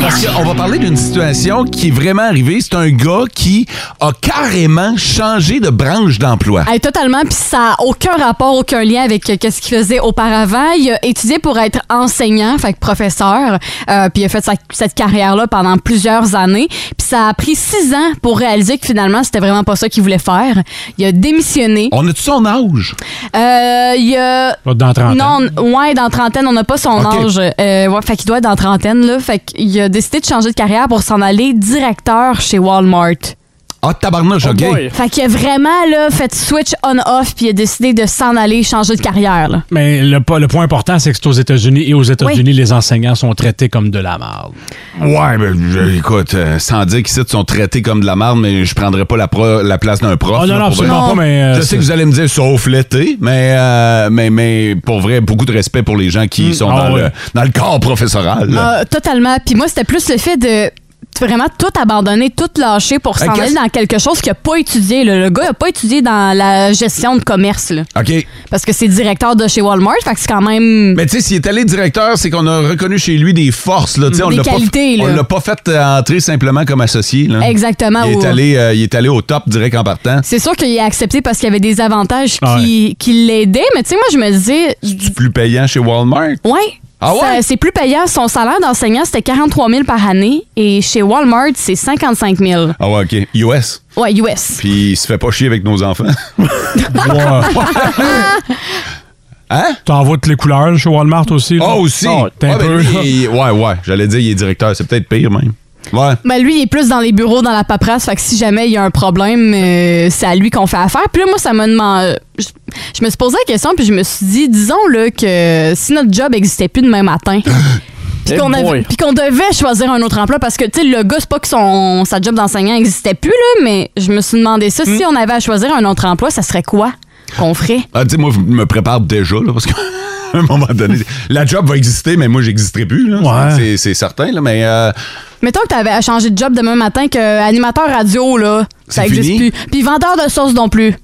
Speaker 2: Parce qu'on va parler d'une situation qui est vraiment arrivée. C'est un gars qui a carrément changé de branche d'emploi.
Speaker 4: Hey, totalement, puis ça a aucun rapport, aucun lien avec euh, qu'est-ce qu'il faisait auparavant. Il a étudié pour être enseignant, fait que professeur, euh, puis il a fait sa- cette carrière-là pendant plusieurs années. Puis ça a pris six ans pour réaliser que finalement, c'était vraiment pas ça qu'il voulait faire. Il a démissionné.
Speaker 2: On a-tu son âge?
Speaker 4: Euh, il a...
Speaker 5: Pas Dans 30
Speaker 4: Non,
Speaker 5: ans.
Speaker 4: ouais, dans trentaine, on n'a pas son
Speaker 2: Ok.
Speaker 4: âge. Euh, ouais, fait qu'il doit être dans trentaine, là. Fait qu'il a décidé de changer de carrière pour s'en aller directeur chez Walmart.
Speaker 2: Ah,
Speaker 5: Oh,
Speaker 2: tabarnouche, OK.
Speaker 3: boy.
Speaker 4: Fait qu'il a vraiment là, fait switch on-off puis il a décidé de s'en aller changer de carrière. Là.
Speaker 5: Mais le, po- le point important, c'est que c'est aux États-Unis et aux États-Unis,
Speaker 4: Oui.
Speaker 5: les enseignants sont traités comme de la merde.
Speaker 2: Ouais, mais je- écoute, euh, sans dire qu'ici, ils sont traités comme de la merde, mais je prendrais pas la, pro- la place d'un prof.
Speaker 5: Oh, non,
Speaker 2: là,
Speaker 5: non,
Speaker 2: pour vrai.
Speaker 5: absolument pas, mais. euh,
Speaker 2: Je sais que vous allez me dire sauf l'été, mais, euh, mais, mais pour vrai, beaucoup de respect pour les gens qui sont
Speaker 5: Ah,
Speaker 2: dans,
Speaker 5: ouais.
Speaker 2: le, dans le corps professoral. là.
Speaker 4: Ah, totalement. Puis moi, c'était plus le fait de vraiment tout abandonner, tout lâcher pour s'en
Speaker 2: qu'est-ce-
Speaker 4: aller dans quelque chose qu'il n'a pas étudié. là. Le gars n'a pas étudié dans la gestion de commerce. là.
Speaker 2: OK.
Speaker 4: Parce que c'est directeur de chez Walmart, fait que c'est quand même...
Speaker 2: Mais tu sais, s'il est allé directeur, c'est qu'on a reconnu chez lui des forces. Là, Tu sais, on
Speaker 4: Des
Speaker 2: l'a pas-
Speaker 4: qualités, là.
Speaker 2: On l'a pas fait euh, entrer simplement comme associé. Là.
Speaker 4: Exactement.
Speaker 2: Il
Speaker 4: ou-
Speaker 2: est, allé, euh, il est allé au top direct en partant.
Speaker 4: C'est sûr qu'il a accepté parce qu'il y avait des avantages
Speaker 5: Ah
Speaker 4: qui, qui l'aidaient, mais tu sais, moi, je me disais...
Speaker 2: C'est plus payant chez Walmart.
Speaker 4: Ouais.
Speaker 2: Ah ouais?
Speaker 4: Ça- C'est plus payant. Son salaire d'enseignant, c'était 43 000 par année. Et chez Walmart, c'est 55 000.
Speaker 2: Ah ouais, OK. US.
Speaker 4: Ouais, US.
Speaker 2: Puis il se fait pas chier avec nos enfants. hein?
Speaker 5: T'en vois toutes les couleurs là, chez Walmart aussi. là.
Speaker 2: Ah, aussi.
Speaker 5: Oh, t'es un
Speaker 2: Ouais,
Speaker 5: peu.
Speaker 2: ben,
Speaker 5: là.
Speaker 2: lui, il- ouais, ouais. J'allais dire, il est directeur. C'est peut-être pire, même. Ouais.
Speaker 4: Ben lui, il est plus dans les bureaux, dans la paperasse. Fait que si jamais il y a un problème, euh, c'est à lui qu'on fait affaire. Puis là, moi, ça me demande... Je, je me suis posé la question, puis je me suis dit, disons là, que si notre job n'existait plus demain matin... Puis
Speaker 3: Eh
Speaker 4: qu'on, avait-
Speaker 3: boy.
Speaker 4: puis qu'on devait choisir un autre emploi parce que, tu sais, le gars, c'est pas que son, sa job d'enseignant n'existait plus, là, mais je me suis demandé ça.
Speaker 2: Hmm.
Speaker 4: Si on avait à choisir un autre emploi, ça serait quoi qu'on ferait?
Speaker 2: Ah, tu sais, moi, je me prépare déjà, là, parce qu'à un moment donné, la job va exister, mais moi, j'existerai plus, là.
Speaker 5: Ouais.
Speaker 2: C'est- C'est certain, là, mais euh,
Speaker 4: Mettons que t'avais à changer de job demain matin que animateur radio, là, ça
Speaker 2: C'est
Speaker 4: existe
Speaker 2: fini?
Speaker 4: plus. Puis vendeur de sauce non plus.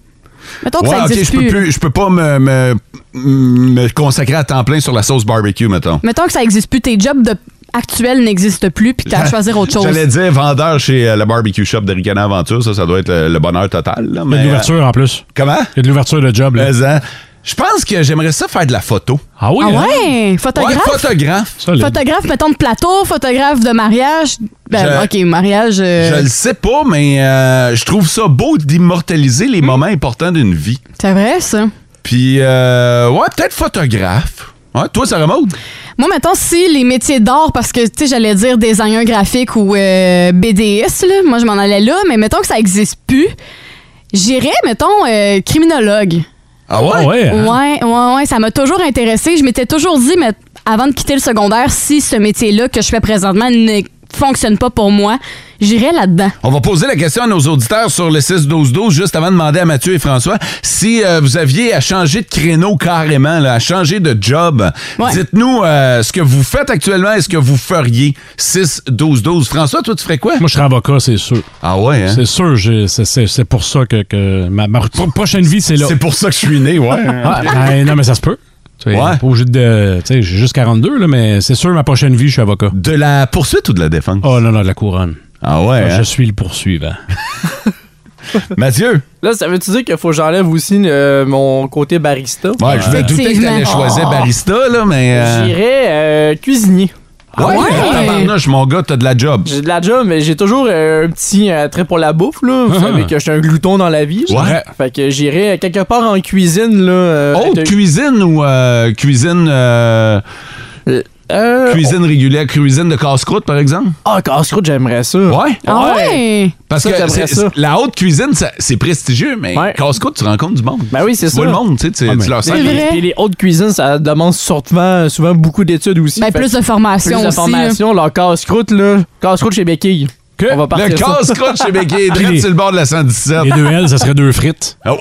Speaker 4: Mettons que
Speaker 2: ouais,
Speaker 4: ça
Speaker 2: ok,
Speaker 4: existe
Speaker 2: je peux
Speaker 4: plus.
Speaker 2: plus, je peux pas me, me, me consacrer à temps plein sur la sauce barbecue, mettons.
Speaker 4: Mettons que ça existe plus. Tes jobs de... actuels n'existent plus, puis t'as à choisir autre chose.
Speaker 2: J'allais dire vendeur chez euh, le barbecue shop de Ricana Aventure, ça, ça doit être le, le bonheur total, là,
Speaker 5: Il y a
Speaker 2: mais,
Speaker 5: de l'ouverture en plus.
Speaker 2: euh, comment?
Speaker 5: Il y a de l'ouverture de job. Là.
Speaker 2: Mais, hein, je pense que j'aimerais ça faire de la photo.
Speaker 5: Ah oui?
Speaker 4: Ah
Speaker 5: hein?
Speaker 4: ouais? Photographe?
Speaker 2: Ouais, photographe.
Speaker 5: Solide.
Speaker 4: photographe, mettons, de plateau, photographe de mariage. Ben,
Speaker 2: Je-
Speaker 4: OK, mariage... euh,
Speaker 2: Je le sais pas, mais euh, je trouve ça beau d'immortaliser
Speaker 5: Hmm.
Speaker 2: les moments importants d'une vie.
Speaker 4: C'est vrai, ça?
Speaker 2: Puis, euh, ouais, peut-être photographe. Ouais, toi, ça remonte.
Speaker 4: Moi, mettons, si les métiers d'art, parce que, tu sais, j'allais dire designer graphique ou euh, BDS, là, moi, je m'en allais là, mais mettons que ça existe plus, j'irais, mettons, euh, criminologue.
Speaker 2: Ah ouais?
Speaker 5: Ah ouais? hein?
Speaker 4: Ouais, ouais, ouais, ça m'a toujours intéressé. Je m'étais toujours dit, mais avant de quitter le secondaire, si ce métier-là que je fais présentement ne fonctionne pas pour moi, j'irais là-dedans.
Speaker 2: On va poser la question à nos auditeurs sur le 6-12-12 juste avant de demander à Mathieu et François si euh, vous aviez à changer de créneau carrément, là, à changer de job.
Speaker 4: Ouais.
Speaker 2: Dites-nous euh, ce que vous faites actuellement et ce que vous feriez. 6-12-12. François, toi, tu ferais quoi?
Speaker 5: Moi, je serais avocat, c'est sûr.
Speaker 2: Ah ouais, hein?
Speaker 5: C'est sûr, j'ai- c'est- c'est c'est pour ça que, que ma, ma pro- prochaine vie, c'est là.
Speaker 2: C'est pour ça que je suis né, ouais.
Speaker 5: Ah, ben, non, mais ça se peut. Tu sais,
Speaker 2: Ouais.
Speaker 5: Pas obligé de. Tu sais, j'ai juste 42, là, mais c'est sûr, ma prochaine vie, je suis avocat.
Speaker 2: De la poursuite ou de la défense?
Speaker 5: Oh non, non, de la couronne.
Speaker 2: Ah ouais, hein?
Speaker 5: Je suis le poursuivant.
Speaker 2: Mathieu?
Speaker 3: Là, ça veut-tu dire qu'il faut que j'enlève aussi euh, mon côté barista?
Speaker 2: Ouais, je vais douter que t'allais
Speaker 4: Effectivement.
Speaker 2: choisir barista, là, mais... euh, Ah
Speaker 3: J'irais euh, cuisinier.
Speaker 2: Ouais,
Speaker 4: Ouais.
Speaker 2: tabarnouche, mon gars, t'as de la job.
Speaker 3: J'ai de la job, mais j'ai toujours euh, un petit euh, attrait pour la bouffe, là. Vous savez que je suis un glouton dans la vie.
Speaker 2: Ah. Ouais.
Speaker 3: Fait que j'irais quelque part en cuisine, là. euh,
Speaker 2: Oh,
Speaker 3: être-
Speaker 2: cuisine ou euh, cuisine... euh,
Speaker 3: euh,
Speaker 2: Cuisine régulière, cuisine de casse-croûte, par exemple?
Speaker 3: Ah, casse-croûte, j'aimerais ça.
Speaker 2: Ouais.
Speaker 4: Ah ouais?
Speaker 2: Parce
Speaker 3: Ça,
Speaker 2: que
Speaker 3: j'aimerais
Speaker 2: c'est-
Speaker 3: ça.
Speaker 2: c'est- la haute cuisine, ça- c'est prestigieux, mais
Speaker 3: Ouais.
Speaker 2: casse-croûte, tu rencontres du monde.
Speaker 3: Ben oui, c'est
Speaker 2: tu vois
Speaker 3: ça.
Speaker 2: le monde, tu sais, tu,
Speaker 5: Ah,
Speaker 2: tu
Speaker 5: mais-
Speaker 2: leur sens.
Speaker 4: C'est vrai.
Speaker 3: Et les hautes cuisines, ça demande souvent, souvent beaucoup d'études aussi.
Speaker 4: Ben,
Speaker 3: Fait
Speaker 4: plus
Speaker 3: que
Speaker 4: de formation
Speaker 3: plus de
Speaker 4: aussi. là.
Speaker 3: formation. Leur casse-croûte, là. Casse-croûte chez Béquille. On va
Speaker 2: Le
Speaker 3: partir ça.
Speaker 2: casse-croûte chez Béquet,
Speaker 5: Puis les-
Speaker 2: direct sur le bord de la 117.
Speaker 5: Les deux L, ça serait deux frites.
Speaker 2: Ah ouais.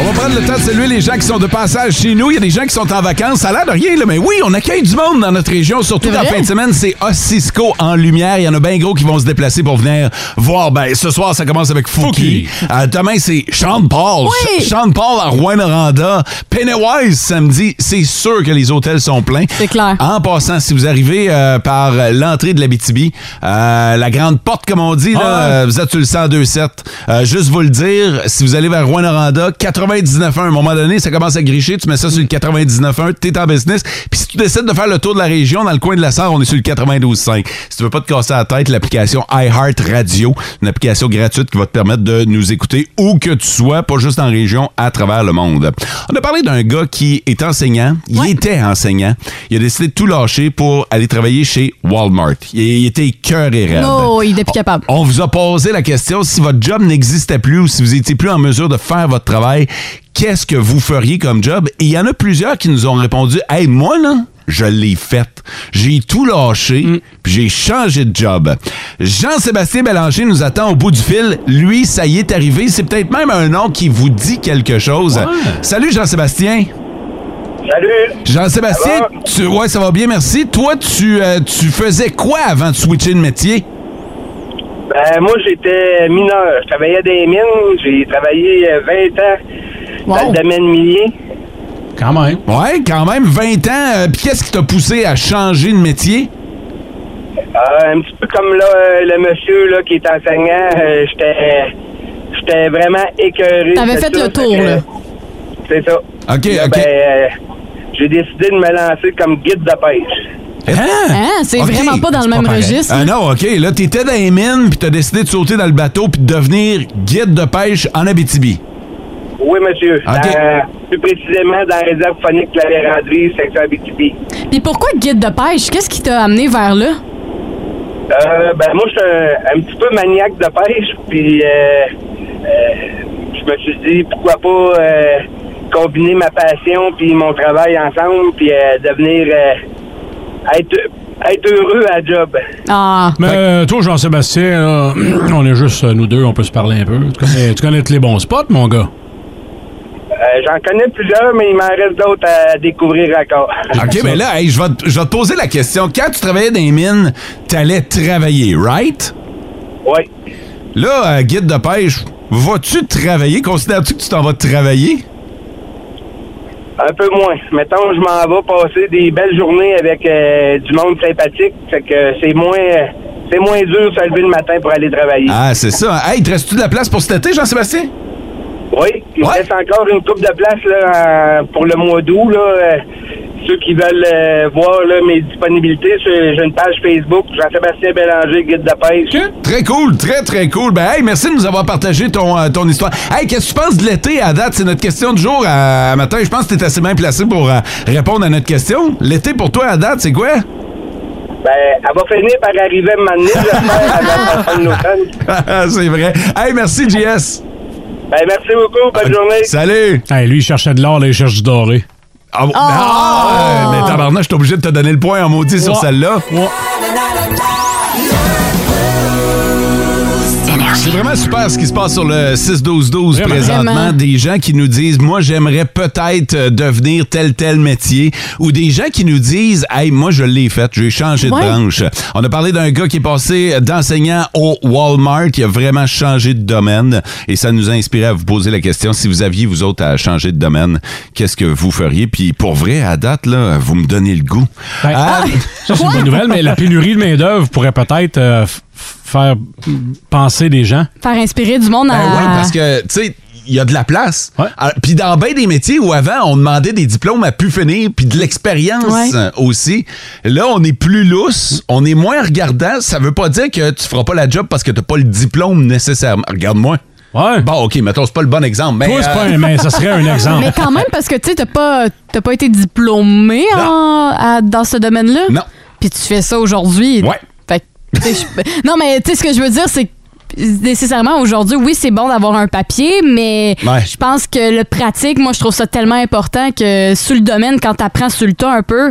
Speaker 2: On va prendre le temps de saluer les gens qui sont de passage chez nous. Il y a des gens qui sont en vacances. Ça a l'air de rien, là, mais oui, on accueille du monde dans notre région. Surtout
Speaker 4: C'est
Speaker 2: la
Speaker 4: vrai?
Speaker 2: fin de semaine, c'est Ossisco en lumière. Il y en a bien gros qui vont se déplacer pour venir voir. Ben, ce soir, ça commence avec Fouki.
Speaker 5: Fouki.
Speaker 2: Euh, demain, c'est Sean Paul.
Speaker 4: Oui!
Speaker 2: Ch- Sean Paul à Rouen-Noranda. Pennywise, samedi. C'est sûr que les hôtels sont pleins.
Speaker 4: C'est clair.
Speaker 2: En passant, si vous arrivez euh, par l'entrée de l'Abitibi, euh, la grande porte, comme on dit, là,
Speaker 5: Ah.
Speaker 2: euh, vous êtes sur le 102.7. Euh, juste vous le dire, si vous allez vers Rouen-Noranda, 99 99.1. À un moment donné, ça commence à gricher, tu mets ça sur le 99.1, t'es en business. Puis si tu décides de faire le tour de la région, dans le coin de la Sarre, on est sur le 92.5. Si tu veux pas te casser la tête, l'application iHeart Radio, une application gratuite qui va te permettre de nous écouter où que tu sois, pas juste en région, à travers le monde. On a parlé d'un gars qui est enseignant. Il était enseignant. Il a décidé de tout lâcher pour aller travailler chez Walmart. Il, il était cœur et raide.
Speaker 4: Non, Oh, il est
Speaker 2: Oh,
Speaker 4: plus capable.
Speaker 2: On vous a posé la question si votre job n'existait plus ou si vous étiez plus en mesure de faire votre travail, qu'est-ce que vous feriez comme job? Et il y en a plusieurs qui nous ont répondu Hey, moi, là, je l'ai faite. J'ai tout lâché,
Speaker 4: Mm.
Speaker 2: puis j'ai changé de job. Jean-Sébastien Bélanger nous attend au bout du fil. Lui, ça y est arrivé. C'est peut-être même un nom qui vous dit quelque chose. Salut, Jean-Sébastien.
Speaker 10: Salut!
Speaker 2: Jean-Sébastien,
Speaker 10: Ça
Speaker 2: tu, ouais, ça va bien, merci. Toi, tu, euh, tu faisais quoi avant de switcher de métier?
Speaker 10: Ben, moi, j'étais mineur. Je travaillais à des mines. J'ai travaillé euh, 20 ans dans
Speaker 4: Wow.
Speaker 10: le domaine minier.
Speaker 5: Quand même.
Speaker 2: Ouais, quand même, 20 ans. euh, Puis qu'est-ce qui t'a poussé à changer de métier?
Speaker 10: Euh, un petit peu comme là, euh, le monsieur là, qui est enseignant, euh, j'étais j'étais vraiment écœuré.
Speaker 4: T'avais
Speaker 10: de
Speaker 4: fait
Speaker 10: ça.
Speaker 4: le tour,
Speaker 10: que,
Speaker 4: là.
Speaker 10: C'est ça.
Speaker 2: OK,
Speaker 10: Là,
Speaker 2: OK.
Speaker 10: Ben, euh, j'ai décidé de me lancer comme guide de pêche.
Speaker 2: Hein?
Speaker 4: Hein? C'est
Speaker 2: Ok.
Speaker 4: vraiment pas dans le même
Speaker 5: pareil.
Speaker 4: registre. hein?
Speaker 2: Ah non, OK. Là, t'étais dans les mines, puis t'as décidé de sauter dans le bateau, puis de devenir guide de pêche en Abitibi.
Speaker 10: Oui, monsieur.
Speaker 2: OK.
Speaker 10: Dans- plus précisément dans la réserve phonique de la Vérandrie, section Abitibi.
Speaker 4: Puis pourquoi guide de pêche? Qu'est-ce qui t'a amené vers là?
Speaker 10: Euh, ben moi, je suis un, un petit peu maniaque de pêche, puis euh, euh, je me suis dit pourquoi pas euh, combiner ma passion puis mon travail ensemble, puis euh, devenir euh, être être heureux à job.
Speaker 4: Ah,
Speaker 5: Mais euh, toi, Jean-Sébastien, là, on est juste euh, nous deux, on peut se parler un peu. Tu connais, tu connais tous les bons spots, mon gars.
Speaker 10: Euh, J'en connais plusieurs, mais il m'en reste d'autres à découvrir encore.
Speaker 2: OK, mais là, hey, je vais te je vais te poser la question. Quand tu travaillais dans les mines, t'allais travailler, right?
Speaker 10: oui.
Speaker 2: Là, euh, guide de pêche, vas-tu travailler? Considères-tu que tu t'en vas travailler?
Speaker 10: Un peu moins. Mettons, je m'en vais passer des belles journées avec euh, du monde sympathique, fait que c'est moins c'est moins dur de se lever le matin pour aller travailler.
Speaker 2: Ah, c'est ça. Hey, te restes-tu de la place pour cet été, Jean-Sébastien?
Speaker 10: Oui, il me
Speaker 2: Ouais.
Speaker 10: reste encore une coupe de place là, en- pour le mois d'août. là. Euh, Ceux qui veulent euh, voir là, mes disponibilités, j'ai j'ai une page Facebook, Jean-Sébastien Bélanger, guide de pêche.
Speaker 2: Très cool, très, très cool. Ben, hey, merci de nous avoir partagé ton, euh, ton histoire. Hey, qu'est-ce que tu penses de l'été à date? C'est notre question du jour euh, à, à matin. Je pense que tu es assez bien placé pour euh, répondre à notre question. L'été pour toi à date, c'est quoi?
Speaker 10: Ben, elle va finir par arriver à un moment donné, j'espère, avant la fin de l'automne.
Speaker 2: c'est vrai. Hey, merci, JS.
Speaker 10: Ben, merci beaucoup, bonne journée.
Speaker 2: Salut.
Speaker 5: Hey, lui, il cherchait de l'or, là, il cherche du doré.
Speaker 2: Ah, bon- Ah, mais tabarnak, je suis obligé de te donner le point en maudit sur celle-là. C'est vraiment super ce qui se passe sur le 6-12-12
Speaker 5: Vraiment.
Speaker 2: présentement.
Speaker 4: Vraiment.
Speaker 2: Des gens qui nous disent, moi, j'aimerais peut-être euh, devenir tel, tel métier. Ou des gens qui nous disent, hey, moi, je l'ai fait, j'ai changé de
Speaker 4: Ouais.
Speaker 2: branche. On a parlé d'un gars qui est passé d'enseignant au Walmart. Il a vraiment changé de domaine. Et ça nous a inspiré à vous poser la question, si vous aviez, vous autres, à changer de domaine, qu'est-ce que vous feriez? Puis pour vrai, à date, là, vous me donnez le goût.
Speaker 5: Ben,
Speaker 2: Ah,
Speaker 5: Ça, c'est une bonne nouvelle, mais la pénurie de main-d'œuvre pourrait peut-être euh, f- f- faire mm, penser des gens.
Speaker 4: faire inspirer du monde à.
Speaker 2: Ben oui, parce que, tu sais, il y a de la place.
Speaker 5: Ouais.
Speaker 2: Alors, Puis dans bien des métiers où avant, on demandait des diplômes à pu finir, puis de l'expérience
Speaker 4: Ouais.
Speaker 2: euh, aussi. Là, on est plus lousse, on est moins regardant. Ça veut pas dire que tu feras pas la job parce que t'as pas le diplôme nécessairement. Regarde-moi.
Speaker 5: Ouais.
Speaker 2: Bon, OK, mettons, c'est pas le bon exemple. Mais,
Speaker 5: Toi, c'est
Speaker 2: euh,
Speaker 5: pas un, mais ça serait un
Speaker 2: Ah.
Speaker 5: exemple.
Speaker 4: ben, Mais quand même, parce que tu sais, t'as pas, t'as pas été diplômé en- à- dans ce domaine-là.
Speaker 2: Non.
Speaker 4: Puis tu fais ça aujourd'hui.
Speaker 2: Ouais.
Speaker 4: Fait que, tu sais, je- non, mais tu sais, ce que je veux dire, c'est que nécessairement aujourd'hui, oui, c'est bon d'avoir un papier, mais
Speaker 2: Ouais.
Speaker 4: je pense que le pratique, moi, je trouve ça tellement important que sur le domaine, quand t'apprends sur le tas un peu,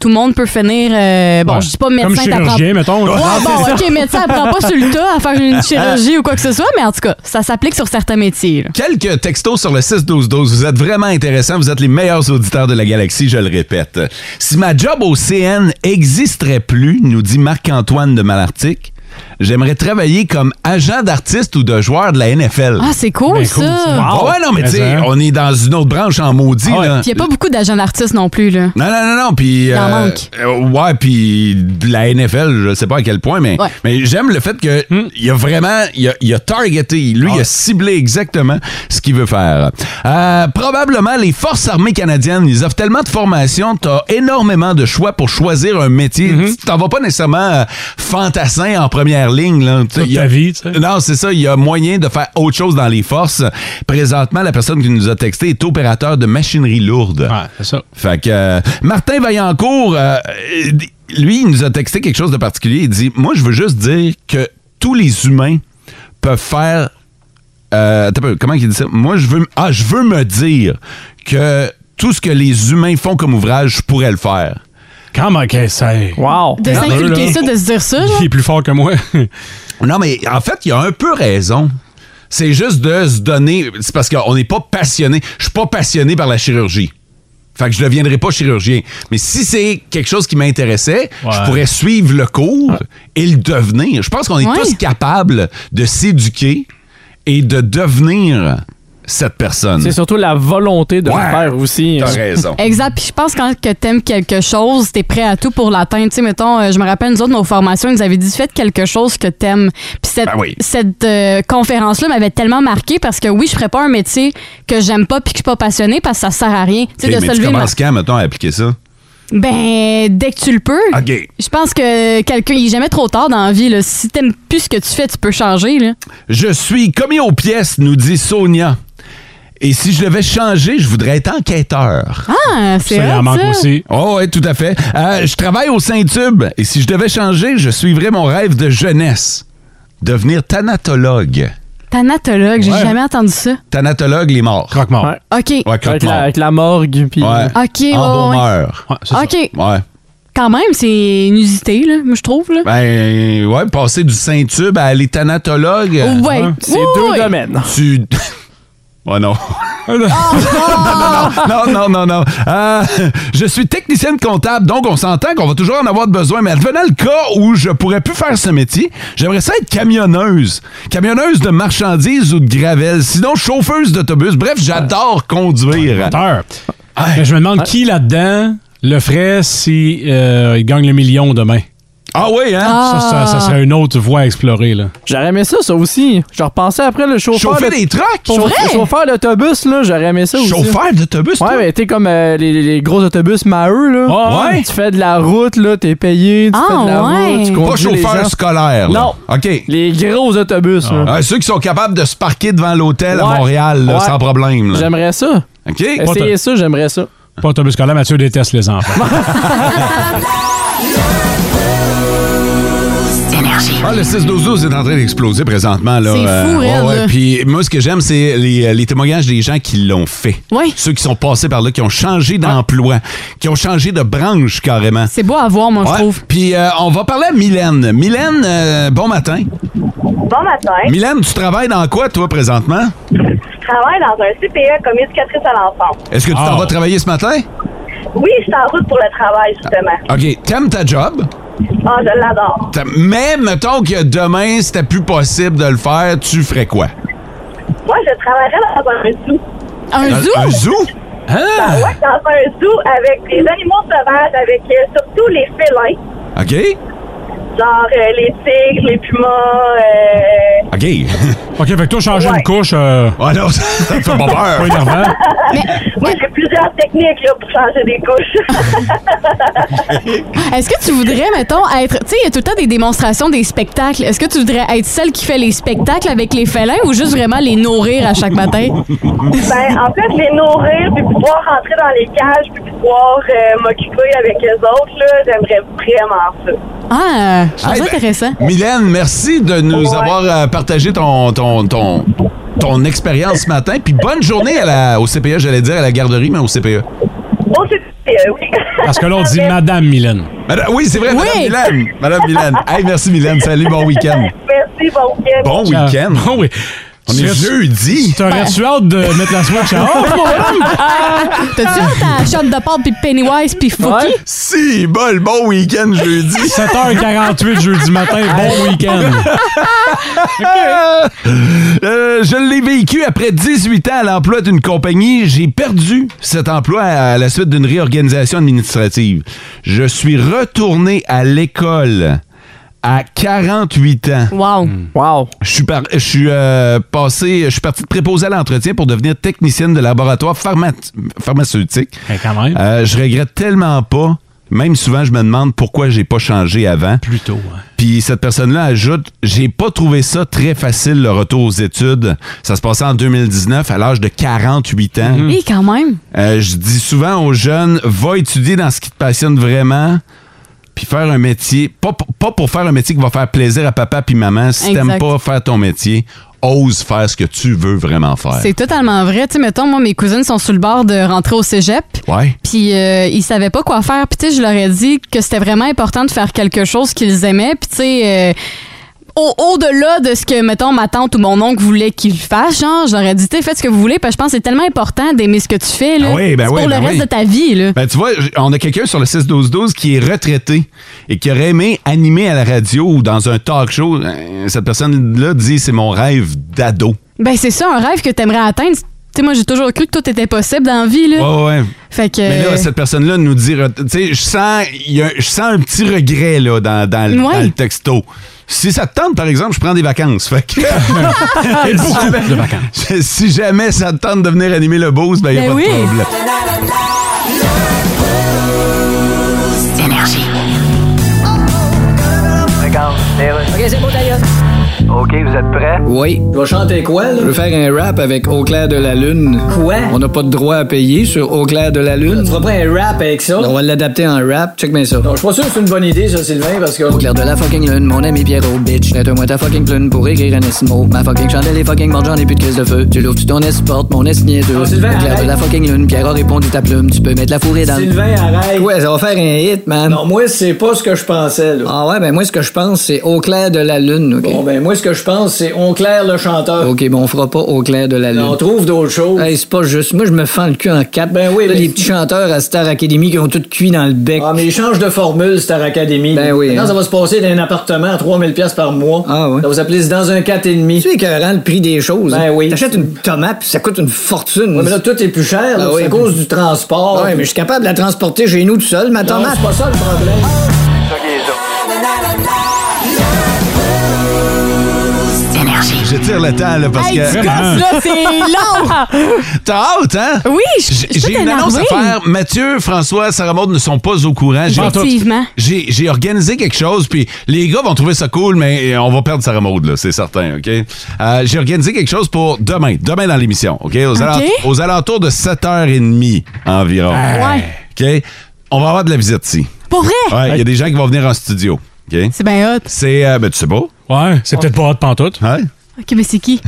Speaker 4: tout le monde peut finir. euh, bon,
Speaker 5: Ouais.
Speaker 4: je dis pas
Speaker 5: Comme
Speaker 4: médecin, t'apprends
Speaker 5: chirurgien, mettons.
Speaker 4: Ouais,
Speaker 5: Ah,
Speaker 4: bon, ok, médecin, apprends pas sur le tas à faire une chirurgie ou quoi que ce soit, mais en tout cas, ça s'applique sur certains métiers. là.
Speaker 2: Quelques textos sur le 6-12-12. Vous êtes vraiment intéressants. Vous êtes les meilleurs auditeurs de la galaxie, je le répète. Si ma job au CN existerait plus, nous dit Marc-Antoine de Malartic, j'aimerais travailler comme agent d'artiste ou de joueur de la NFL.
Speaker 4: Ah, c'est cool,
Speaker 2: Ben, cool,
Speaker 4: ça.
Speaker 2: Ah ouais, non, mais tu sais, on est dans une autre branche en maudit.
Speaker 5: Ah
Speaker 2: là.
Speaker 4: Ah Puis il n'y a pas beaucoup d'agents d'artistes non plus, là.
Speaker 2: Non, non, non, non. Puis,
Speaker 4: Il en
Speaker 2: euh,
Speaker 4: manque.
Speaker 2: euh, ouais, puis la NFL, je sais pas à quel point, mais,
Speaker 4: Ouais.
Speaker 2: mais j'aime le fait que il a vraiment, il a, il a targeté, lui, il a ciblé exactement ce qu'il veut faire. Euh, probablement, les forces armées canadiennes, ils offrent tellement de formations, t'as énormément de choix pour choisir un métier. Tu t'en vas pas nécessairement euh, fantassin en première ligne. Là. Tu sais, il y a- non, c'est ça. Il y a moyen de faire autre chose dans les forces. Présentement, la personne qui nous a texté est opérateur de machinerie lourde. Ouais,
Speaker 5: Ah, c'est ça.
Speaker 2: Fait que euh, Martin Vaillancourt, euh, euh, lui, il nous a texté quelque chose de particulier. Il dit Moi, je veux juste dire que tous les humains peuvent faire. euh, attends un peu, comment il dit ça Moi, je veux, ah, je veux me dire que tout ce que les humains font comme ouvrage, je pourrais le faire.
Speaker 5: Comment qu'elle sait?
Speaker 3: Wow!
Speaker 4: De s'inculquer ça, de se dire ça, genre.
Speaker 5: Il est plus fort que moi.
Speaker 2: Non, mais en fait, il a un peu raison. C'est juste de se donner. C'est parce qu'on n'est pas passionné. Je suis pas passionné par la chirurgie. Fait que je deviendrai pas chirurgien. Mais si c'est quelque chose qui m'intéressait, je pourrais suivre le cours et le devenir. Je pense qu'on est
Speaker 4: Ouais.
Speaker 2: tous capables de s'éduquer et de devenir cette personne.
Speaker 3: C'est surtout la volonté de
Speaker 2: Ouais.
Speaker 3: le faire aussi. hein.
Speaker 2: T'as raison.
Speaker 4: Exact. Puis je pense quand que t'aimes quelque chose, t'es prêt à tout pour l'atteindre. Tu sais, mettons, euh, je me rappelle, nous autres, nos formations, ils nous avaient dit faites quelque chose que t'aimes. Puis cette,
Speaker 2: Ben oui.
Speaker 4: cette euh, conférence-là m'avait tellement marqué parce que oui, je ferais pas un métier que j'aime pas puis que je suis pas passionnée parce que ça sert à rien. Tu sais,
Speaker 2: Ok, mais
Speaker 4: de se
Speaker 2: tu
Speaker 4: lever le
Speaker 2: commences quand, mettons, à appliquer ça?
Speaker 4: Ben, dès que tu le peux.
Speaker 2: OK.
Speaker 4: Je pense que quelqu'un, il est jamais trop tard dans la vie. Là. Si t'aimes plus ce que tu fais, tu peux changer. Là.
Speaker 2: Je suis commis aux pièces, nous dit Sonia. Et si je devais changer, je voudrais être enquêteur.
Speaker 4: Ah, c'est
Speaker 5: Ça, il en
Speaker 4: hot,
Speaker 5: manque
Speaker 4: ça.
Speaker 5: aussi.
Speaker 2: Oh, oui, tout à fait. Euh, je travaille au Saint-Tube et si je devais changer, je suivrais mon rêve de jeunesse. Devenir thanatologue.
Speaker 4: Thanatologue, j'ai
Speaker 2: Ouais.
Speaker 4: jamais entendu ça.
Speaker 2: Thanatologue, les morts.
Speaker 5: Croque-mort.
Speaker 3: Ouais.
Speaker 4: OK.
Speaker 2: Ouais, croque
Speaker 3: Avec la, avec la morgue, puis...
Speaker 2: Ouais.
Speaker 4: OK, ouais,
Speaker 2: Embaumeur.
Speaker 5: Ouais, c'est ça.
Speaker 4: OK.
Speaker 2: Ouais.
Speaker 4: Quand même, c'est inusité, là, moi, je trouve. Là.
Speaker 2: Ben, ouais, passer du Saint-Tube à aller thanatologue. euh,
Speaker 4: Oh, ouais.
Speaker 3: C'est
Speaker 4: Oui,
Speaker 3: deux
Speaker 4: oui.
Speaker 3: domaines.
Speaker 2: Tu. Oh non. non, non, non, non. Euh, je suis technicienne comptable, donc on s'entend qu'on va toujours en avoir besoin. Mais advenant le cas où je pourrais plus faire ce métier, j'aimerais ça être camionneuse. Camionneuse de marchandises ou de gravelles. Sinon, chauffeuse d'autobus. Bref, j'adore conduire.
Speaker 5: Menteur. Mais je me demande qui là-dedans le ferait si euh, il gagne le million demain.
Speaker 2: Ah oui, hein?
Speaker 5: Ça, ça, ça serait une autre voie à explorer. Là.
Speaker 3: J'aurais aimé ça, ça aussi. Je repensais après le chauffeur...
Speaker 2: Chauffer
Speaker 3: de-
Speaker 2: des trucks?
Speaker 3: Chauffe- Chauffeur d'autobus, là, j'aurais aimé ça aussi.
Speaker 2: Chauffeur d'autobus? toi?
Speaker 3: Ouais, mais t'es comme euh, les, les- les gros autobus Maheu, là.
Speaker 5: Ah, ouais?
Speaker 3: Tu fais de la route, là, t'es payé, tu
Speaker 4: Ah,
Speaker 3: fais de la
Speaker 4: ouais.
Speaker 3: route, tu
Speaker 2: Pas
Speaker 3: conduis les
Speaker 2: chauffeur
Speaker 3: gens.
Speaker 2: scolaire. là.
Speaker 3: Non.
Speaker 2: OK.
Speaker 3: Les gros autobus, là.
Speaker 2: Ah, ceux qui sont capables de se parquer devant l'hôtel à
Speaker 3: Ouais.
Speaker 2: Montréal, là,
Speaker 3: Ouais.
Speaker 2: sans problème. là.
Speaker 3: J'aimerais ça.
Speaker 2: OK?
Speaker 3: Essayez ça, j'aimerais ça.
Speaker 5: Pas autobus scolaire, Mathieu déteste les enfants.
Speaker 2: Ah, le 6-12-12 est en train d'exploser présentement. là.
Speaker 4: C'est fou,
Speaker 2: ouais,
Speaker 4: raide,
Speaker 2: ouais.
Speaker 4: là.
Speaker 2: Puis moi, ce que j'aime, c'est les, les témoignages des gens qui l'ont fait.
Speaker 4: Ouais.
Speaker 2: Ceux qui sont passés par là, qui ont changé d'emploi, qui ont changé de branche carrément.
Speaker 4: C'est beau à voir, moi, je
Speaker 2: Ouais.
Speaker 4: trouve.
Speaker 2: Puis euh, on va parler à Mylène. Mylène, euh, bon matin.
Speaker 11: Bon matin.
Speaker 2: Mylène, tu travailles dans quoi, toi, présentement?
Speaker 11: Je travaille dans un CPE comme éducatrice à l'enfance.
Speaker 2: Est-ce que tu
Speaker 5: Ah.
Speaker 2: t'en vas travailler ce matin?
Speaker 11: Oui, je suis en route pour le travail, justement.
Speaker 2: OK, t'aimes ta job,
Speaker 11: Ah, je l'adore.
Speaker 2: T'aimes- mais mettons que demain, c'était plus possible de le faire, tu ferais quoi?
Speaker 11: Moi, je travaillerais dans un zoo.
Speaker 4: Un zoo?
Speaker 2: Un zoo?
Speaker 5: Ah!
Speaker 11: Moi, dans un zoo avec des animaux sauvages, avec euh, surtout les félins.
Speaker 2: OK?
Speaker 11: Genre euh, les tigres, les pumas, euh,
Speaker 2: OK.
Speaker 5: OK, fait que toi, changer
Speaker 11: Ouais.
Speaker 5: une couche, euh,
Speaker 2: Ah non, ça me fait pas
Speaker 5: pas
Speaker 2: peur.
Speaker 5: énervant.
Speaker 11: Moi, j'ai plusieurs techniques là, pour changer des couches.
Speaker 4: Est-ce que tu voudrais, mettons, être. Tu sais, il y a tout le temps des démonstrations, des spectacles. Est-ce que tu voudrais être celle qui fait les spectacles avec les félins ou juste vraiment les nourrir à chaque matin?
Speaker 11: ben, en fait, les nourrir, puis pouvoir rentrer dans les cages, puis pouvoir euh, m'occuper avec les autres, là, j'aimerais vraiment ça.
Speaker 4: Ah, je trouve
Speaker 2: Hey,
Speaker 4: ça
Speaker 2: ben,
Speaker 4: intéressant.
Speaker 2: Mylène, merci de nous
Speaker 11: Ouais.
Speaker 2: avoir euh, partagé ton, ton, ton, ton expérience ce matin. Puis bonne journée à la, au CPE, j'allais dire à la garderie, mais au E. CPE.
Speaker 11: Bon, c'est euh, oui.
Speaker 5: Parce que là, on dit Madame Mylène.
Speaker 2: Madame- oui, c'est vrai,
Speaker 4: Oui.
Speaker 2: Madame Mylène. Madame Mylène. Hey, merci Mylène. Salut, bon week-end.
Speaker 11: Merci, bon week-end.
Speaker 2: Bon
Speaker 5: Ah,
Speaker 2: week-end.
Speaker 5: bon, oui.
Speaker 2: On est jeudi.
Speaker 5: T'aurais-tu hâte de mettre la Switch à
Speaker 2: Oh,
Speaker 5: off, mon homme?
Speaker 4: T'as-tu hâte à shot de porte puis Pennywise puis Fouki?
Speaker 2: Si, bol, bon week-end jeudi.
Speaker 5: 7h48 jeudi matin, bon week-end.
Speaker 2: Euh, je l'ai vécu après 18 ans à l'emploi d'une compagnie. J'ai perdu cet emploi à la suite d'une réorganisation administrative. Je suis retourné à l'école à 48 ans.
Speaker 4: Wow.
Speaker 3: Mm.
Speaker 12: Wow.
Speaker 2: Je suis, par- je suis, euh, passé, je suis parti de préposer à l'entretien pour devenir technicienne de laboratoire pharma- pharmaceutique.
Speaker 5: Ben,
Speaker 2: Euh,
Speaker 5: quand même.
Speaker 2: je regrette tellement pas. Même souvent, je me demande pourquoi j'ai pas changé avant.
Speaker 5: Plutôt, ouais.
Speaker 2: Puis cette personne-là ajoute J'ai pas trouvé ça très facile le retour aux études. Ça se passait en 2019 à l'âge de 48 ans.
Speaker 4: Oui, quand même.
Speaker 2: Euh, je dis souvent aux jeunes Va étudier dans ce qui te passionne vraiment. Puis faire un métier, pas, pour- pas pour faire un métier qui va faire plaisir à papa puis maman. Si
Speaker 4: Exact.
Speaker 2: t'aimes pas faire ton métier, ose faire ce que tu veux vraiment faire.
Speaker 4: C'est totalement vrai. Tu sais, mettons, moi, mes cousines sont sur le bord de rentrer au cégep.
Speaker 2: Ouais.
Speaker 4: Puis euh, ils savaient pas quoi faire. Puis tu sais, je leur ai dit que c'était vraiment important de faire quelque chose qu'ils aimaient. Puis tu sais, euh, au- au-delà de ce que, mettons, ma tante ou mon oncle voulait qu'ils fassent, genre, je leur ai dit, tu sais, faites ce que vous voulez. Parce que je pense que c'est tellement important d'aimer ce que tu fais, là.
Speaker 2: Ah oui, ben
Speaker 4: C'est
Speaker 2: oui,
Speaker 4: pour
Speaker 2: ben
Speaker 4: le reste
Speaker 2: oui.
Speaker 4: de ta vie, là.
Speaker 2: Ben, tu vois, j- on a quelqu'un sur le 6-12-12 qui est retraité et qui aurait aimé animer à la radio ou dans un talk show. Euh, Cette personne-là dit c'est mon rêve d'ado.
Speaker 4: Ben, c'est ça, un rêve que t'aimerais atteindre. Tu sais, moi, j'ai toujours cru que tout était possible dans la vie, là.
Speaker 2: Ouais, ouais, Euh. ouais.
Speaker 4: Fait que.
Speaker 2: Mais là, cette personne-là nous dit. re- Tu sais, je sens, il y a- je sens un petit regret là, dans, dans, le-
Speaker 4: Ouais.
Speaker 2: dans le texto. Si ça te tente, par exemple, je prends des vacances. Fait que- Et beaucoup de vacances. Si jamais ça te tente de venir animer le boost, ben, il n'y a
Speaker 4: Ben
Speaker 2: pas
Speaker 4: oui.
Speaker 2: de problème.
Speaker 13: Énergie.
Speaker 14: Regarde,
Speaker 3: Ok, c'est bon, d'ailleurs.
Speaker 14: OK, vous êtes prêts?
Speaker 3: Oui. Tu vas chanter quoi, là? Je veux faire un rap avec Au clair de la lune. Quoi? On n'a pas de droit à payer sur Au clair de la lune. Tu feras pas un rap avec ça? on va l'adapter en rap. Check bien ça. Non, je suis pas sûr que c'est une bonne idée, ça, Sylvain, parce que... Au clair de la fucking lune, mon ami Pierrot, bitch. Jette-moi ta fucking plume pour écrire un esmo. Ma fucking chandelle est fucking morte, j'en ai plus de crise de feu. Tu l'ouvres, tu ton esporte, mon esnier deux. Au
Speaker 10: Sylvain,
Speaker 3: clair de
Speaker 10: arrête.
Speaker 3: la fucking lune, Pierrot répondit ta plume. Tu peux mettre la fourrée dans le-
Speaker 10: Sylvain, arrête.
Speaker 3: Ouais, ça va faire un hit, man. Non, moi, c'est pas ce que je pensais, là. Ah ouais, ben moi, ce que je pense, c'est Au clair de la lune, OK? Bon, ben moi, ce que je pense, c'est On claire le chanteur. OK, bon, on fera pas Au clair de la lune.
Speaker 10: on
Speaker 3: trouve d'autres choses. Hey, c'est pas juste. Moi, je me fends le cul en quatre. Ben oui, Les petits chanteurs à Star Academy qui ont tout cuit dans le bec. Ah, mais ils changent de formule, Star Academy. Ben oui.
Speaker 10: Maintenant, ça va
Speaker 3: se passer d'un appartement à 3000 pièces par mois. Ah ouais. Ça va s'appeler dans un 4,5. Tu sais, écœurant le prix des choses. Ben oui. T'achètes une tomate, puis ça coûte une fortune.
Speaker 10: Ouais, mais là, tout est plus cher, là,
Speaker 3: Ah
Speaker 10: c'est
Speaker 3: oui.
Speaker 10: à cause du transport.
Speaker 3: Ah ouais, mais je suis capable de la transporter chez nous tout seul, ma
Speaker 10: Non,
Speaker 3: tomate.
Speaker 10: c'est pas ça le problème.
Speaker 2: Je tire le temps, là, parce
Speaker 4: Hey,
Speaker 2: que.
Speaker 4: tu gosses, là, c'est long!
Speaker 2: T'as hâte, hein?
Speaker 4: Oui, je- je suis
Speaker 2: J'ai
Speaker 4: toute
Speaker 2: une annonce à
Speaker 4: énervée.
Speaker 2: faire. Mathieu, François, Sarah Maud ne sont pas au courant. J'ai-
Speaker 4: Effectivement.
Speaker 2: J'ai j'ai organisé quelque chose, puis les gars vont trouver ça cool, mais euh, on va perdre Sarah Maud, là, c'est certain, OK? Euh, J'ai organisé quelque chose pour demain, demain dans l'émission, OK? Aux, alent- aux alentours de 7h30 environ.
Speaker 4: Ah.
Speaker 2: OK? On va avoir de la visite ici.
Speaker 4: Pour vrai?
Speaker 2: Ouais, il y a des gens qui vont venir en studio, OK?
Speaker 4: C'est bien hot.
Speaker 2: C'est, euh, ben, tu sais pas. hein?
Speaker 5: Ouais, c'est peut-être pas hot pantoute.
Speaker 2: Ouais.
Speaker 4: OK, mais c'est qui?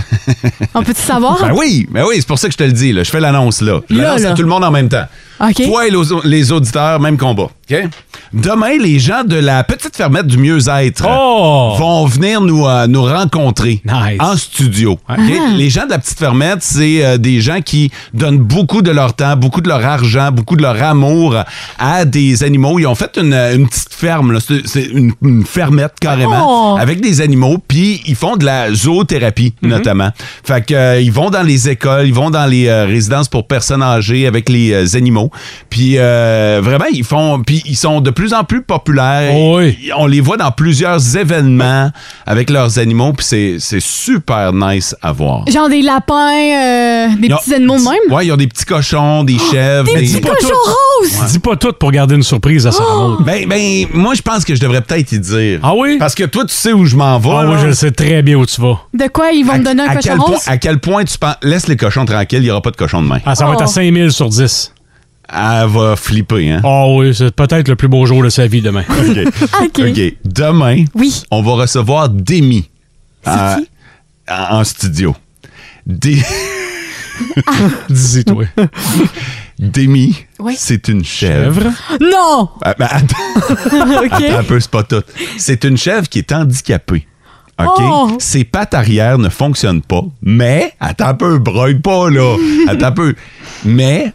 Speaker 4: On peut-tu savoir?
Speaker 2: Ben oui, ben oui, c'est pour ça que je te le dis, là. Je fais l'annonce, là. Je
Speaker 4: Là,
Speaker 2: l'annonce
Speaker 4: là.
Speaker 2: à tout le monde en même temps.
Speaker 4: OK.
Speaker 2: Toi et les- les auditeurs, même combat. OK? Demain, les gens de la petite fermette du mieux-être euh,
Speaker 5: Oh!
Speaker 2: vont venir nous, euh, nous rencontrer
Speaker 5: Nice.
Speaker 2: en studio. OK?
Speaker 5: Ah.
Speaker 2: Les gens de la petite fermette, c'est euh, des gens qui donnent beaucoup de leur temps, beaucoup de leur argent, beaucoup de leur amour à des animaux. Ils ont fait une, euh, une petite ferme, là. C'est- c'est une, une fermette carrément,
Speaker 5: Oh!
Speaker 2: avec des animaux, puis ils font de la zoothérapie
Speaker 5: Mhm.
Speaker 2: notamment. Fait que euh, ils vont dans les écoles, ils vont dans les euh, résidences pour personnes âgées avec les euh, animaux. Puis euh, vraiment ils font puis ils sont de plus en plus populaires.
Speaker 5: Oh
Speaker 2: Ils- On les voit dans plusieurs événements avec leurs animaux, puis c'est c'est super nice à voir.
Speaker 4: Genre des lapins, euh, des
Speaker 2: Ils ont-
Speaker 4: petits animaux de même? Oh,
Speaker 2: Ouais, ils ont des petits cochons, des chèvres,
Speaker 4: des
Speaker 2: des
Speaker 4: petits cochons roses!
Speaker 5: Dis pas tout pour garder une surprise à Sarah Maud.
Speaker 2: Ben, ben, moi, je pense que je devrais peut-être y dire.
Speaker 5: Ah oui?
Speaker 2: Parce que toi, tu sais où je m'en vais.
Speaker 5: Ah, moi,
Speaker 2: là.
Speaker 5: je le sais très bien où tu vas.
Speaker 4: De quoi ils vont me donner un
Speaker 2: à
Speaker 4: cochon
Speaker 2: quel point,
Speaker 4: rose?
Speaker 2: à quel point tu penses. Laisse les cochons tranquilles, il n'y aura pas de cochon demain.
Speaker 5: Ah, ça va
Speaker 4: Oh.
Speaker 5: être à 5000 sur 10.
Speaker 2: Elle va flipper, hein?
Speaker 5: Ah oui, c'est peut-être le plus beau jour de sa vie demain.
Speaker 2: OK.
Speaker 4: OK.
Speaker 2: OK. Demain,
Speaker 4: Oui.
Speaker 2: on va recevoir Demi à- à- en studio. Dé-
Speaker 4: Ah.
Speaker 5: Dis-y, toi.
Speaker 2: Demi,
Speaker 4: Oui.
Speaker 2: c'est une chèvre.
Speaker 4: Non!
Speaker 2: Ah, ben, attends,
Speaker 4: OK.
Speaker 2: attends un peu, c'est pas tout. C'est une chèvre qui est handicapée. OK?
Speaker 4: Oh!
Speaker 2: Ses pattes arrière ne fonctionnent pas, mais, attends un peu, broille pas, là. attends un peu. Mais,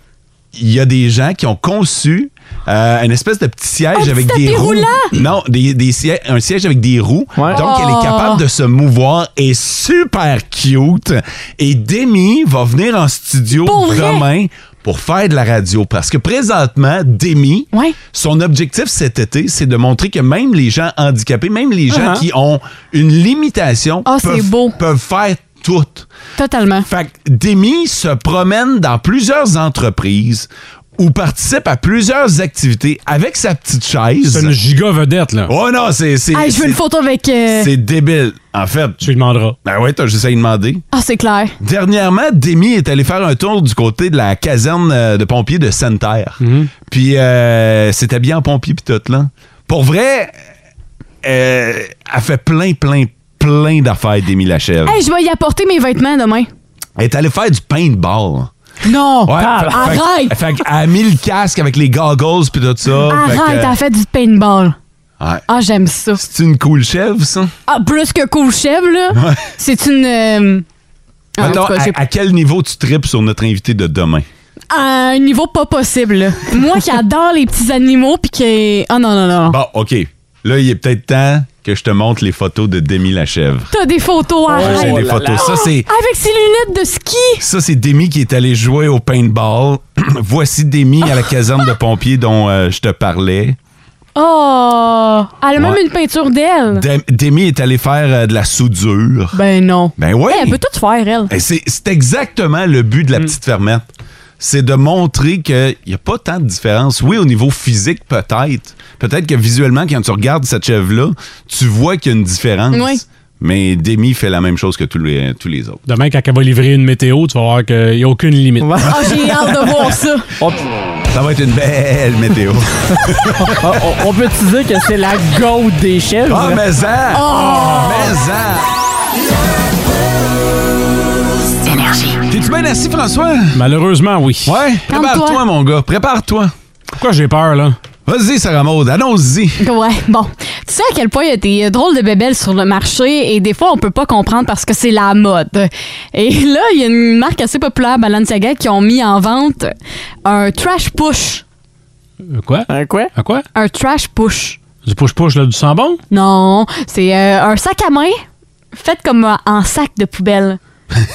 Speaker 2: il y a des gens qui ont conçu euh, une espèce de petit siège
Speaker 4: petit
Speaker 2: avec
Speaker 4: tapis
Speaker 2: des roues.
Speaker 4: roulant?
Speaker 2: Non, des, des sièges- un siège avec des roues. Donc, elle
Speaker 4: Oh!
Speaker 2: est capable de se mouvoir et super cute. Et Demi va venir en studio
Speaker 4: Pour vrai?
Speaker 2: demain pour faire de la radio. Parce que présentement, Demi, son objectif cet été, c'est de montrer que même les gens handicapés, même les gens
Speaker 4: Uh-huh.
Speaker 2: qui ont une limitation,
Speaker 4: Ah, c'est
Speaker 2: peuvent,
Speaker 4: beau.
Speaker 2: peuvent faire tout.
Speaker 4: Totalement.
Speaker 2: Fait que Demi se promène dans plusieurs entreprises ou participe à plusieurs activités avec sa petite chaise.
Speaker 5: C'est une giga vedette, là.
Speaker 2: Oh non, c'est. c'est-
Speaker 4: Hey, je veux une
Speaker 2: c'est-
Speaker 4: photo avec. euh,
Speaker 2: C'est débile. En fait. Tu
Speaker 5: lui demanderas.
Speaker 2: Ben ouais, t'as juste à lui demander.
Speaker 4: Ah, c'est clair.
Speaker 2: Dernièrement, Demi est allé faire un tour du côté de la caserne euh, de pompiers de Sainte-Terre. Puis euh, c'était bien en pompier puis tout là. Pour vrai, euh, elle fait plein, plein, plein d'affaires, Demi Lachèvre.
Speaker 4: Hey, je vais y apporter mes vêtements demain.
Speaker 2: Elle est allée faire du paintball.
Speaker 4: Non!
Speaker 2: Ouais, fait- fait-
Speaker 4: Ah, arrête!
Speaker 2: Fait, qu'elle a mis le casque avec les goggles puis tout ça.
Speaker 4: Arrête, elle a fait du paintball. Ah, j'aime ça.
Speaker 2: C'est une cool chèvre, ça?
Speaker 4: Ah, plus que cool chèvre, là.
Speaker 2: Ouais.
Speaker 4: C'est une. euh, en
Speaker 2: Mettons,
Speaker 4: tout cas,
Speaker 2: à-
Speaker 4: j'ai-
Speaker 2: à, quel niveau tu tripes sur notre invité de demain?
Speaker 4: à un niveau pas possible. là. Moi qui adore les petits animaux, puis que. Ah, non, non, non.
Speaker 2: Bon, OK. Là, il est peut-être temps que je te montre les photos de Demi Lachèvre.
Speaker 4: T'as des photos,
Speaker 2: Ouais,
Speaker 4: arrête.
Speaker 2: j'ai des photos. Ça, c'est-
Speaker 4: Avec ses lunettes de ski.
Speaker 2: Ça, c'est Demi qui est allé jouer au paintball. Voici Demi à la caserne de pompiers dont euh, je te parlais.
Speaker 4: Oh! Elle a même
Speaker 2: Ouais.
Speaker 4: une peinture d'elle.
Speaker 2: Dem- Demi est allé faire euh, de la soudure.
Speaker 4: Ben non.
Speaker 2: Ben oui.
Speaker 4: Hey, elle peut tout faire, elle.
Speaker 2: Et C'est c'est exactement le but de la petite fermette. C'est de montrer qu'il n'y a pas tant de différence. Oui, au niveau physique, peut-être. Peut-être que visuellement, quand tu regardes cette chèvre-là, tu vois qu'il y a une différence.
Speaker 4: Oui.
Speaker 2: Mais Demi fait la même chose que tous les, tous les autres.
Speaker 5: Demain, quand elle va livrer une météo, tu vas voir qu'il n'y a aucune limite.
Speaker 4: Ah, j'ai hâte de voir ça.
Speaker 2: Ça va être une belle météo.
Speaker 3: On- Ah, on, on peut te dire que c'est la goat des chefs.
Speaker 2: Ah, mais ça!
Speaker 3: Oh!
Speaker 2: Mais ça! hein. T'es-tu bien assis, François?
Speaker 5: Malheureusement, oui.
Speaker 2: Ouais. Prépare-toi, mon gars. Prépare-toi.
Speaker 5: Pourquoi j'ai peur, là?
Speaker 2: Vas-y, Sarah Maud. Annonce-y.
Speaker 4: Ouais, bon. Tu sais à quel point il y a des euh, drôles de bébelles sur le marché et des fois on peut pas comprendre parce que c'est la mode. Et là, il y a une marque assez populaire, Balenciaga, qui ont mis en vente un trash push.
Speaker 2: Euh,
Speaker 5: Un quoi?
Speaker 3: Un Hein, quoi?
Speaker 5: Un quoi?
Speaker 4: Un trash push.
Speaker 5: Du push-push, là, du sang bon?
Speaker 4: Non, c'est euh, un sac à main fait comme euh, en sac de poubelle.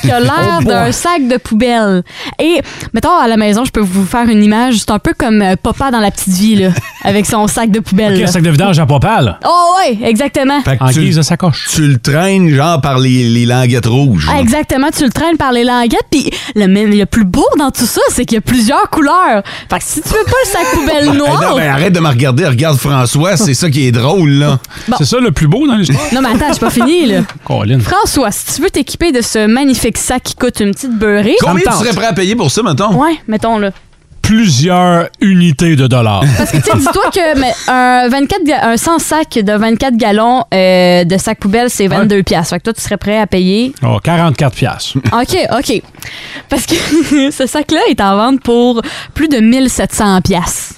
Speaker 4: Qui a l'air
Speaker 9: Oh boy.
Speaker 4: d'un sac de poubelle. Et, mettons, à la maison, je peux vous faire une image. C'est un peu comme euh, Papa dans la petite vie, là, avec son sac de poubelle.
Speaker 5: Ok,
Speaker 4: là.
Speaker 5: sac de vidange à papa, là.
Speaker 4: Oh, ouais, exactement.
Speaker 2: Fait que
Speaker 5: En
Speaker 2: tu-
Speaker 5: guise de sacoche.
Speaker 2: Tu le traînes, genre, par les, les languettes rouges.
Speaker 4: Ah, exactement, tu le traînes par les languettes. Puis le, mais le plus beau dans tout ça, c'est qu'il y a plusieurs couleurs. Fait que si tu veux pas le sac poubelle
Speaker 2: Eh
Speaker 4: noir.
Speaker 2: non, ben, arrête de me regarder. Regarde François. C'est ça qui est drôle, là.
Speaker 4: Bon. C'est
Speaker 5: ça le plus beau dans l'histoire?
Speaker 4: Non, mais attends, j'ai pas fini, là.
Speaker 5: Colin.
Speaker 4: François, si tu veux t'équiper de ce magnifique sac qui coûte une petite beurrée.
Speaker 2: Combien tu serais prêt à payer pour ça, mettons?
Speaker 4: Ouais, mettons, là.
Speaker 5: Plusieurs unités de dollars.
Speaker 4: Parce que, tu sais, dis-toi que mais, un, 24 ga- un 100 sacs de 24 gallons euh, de sac poubelle, c'est 22 piastres. Fait que toi, tu serais prêt à payer.
Speaker 5: Oh, 44 piastres.
Speaker 4: OK, OK. Parce que ce sac-là est en vente pour plus de 1700 piastres.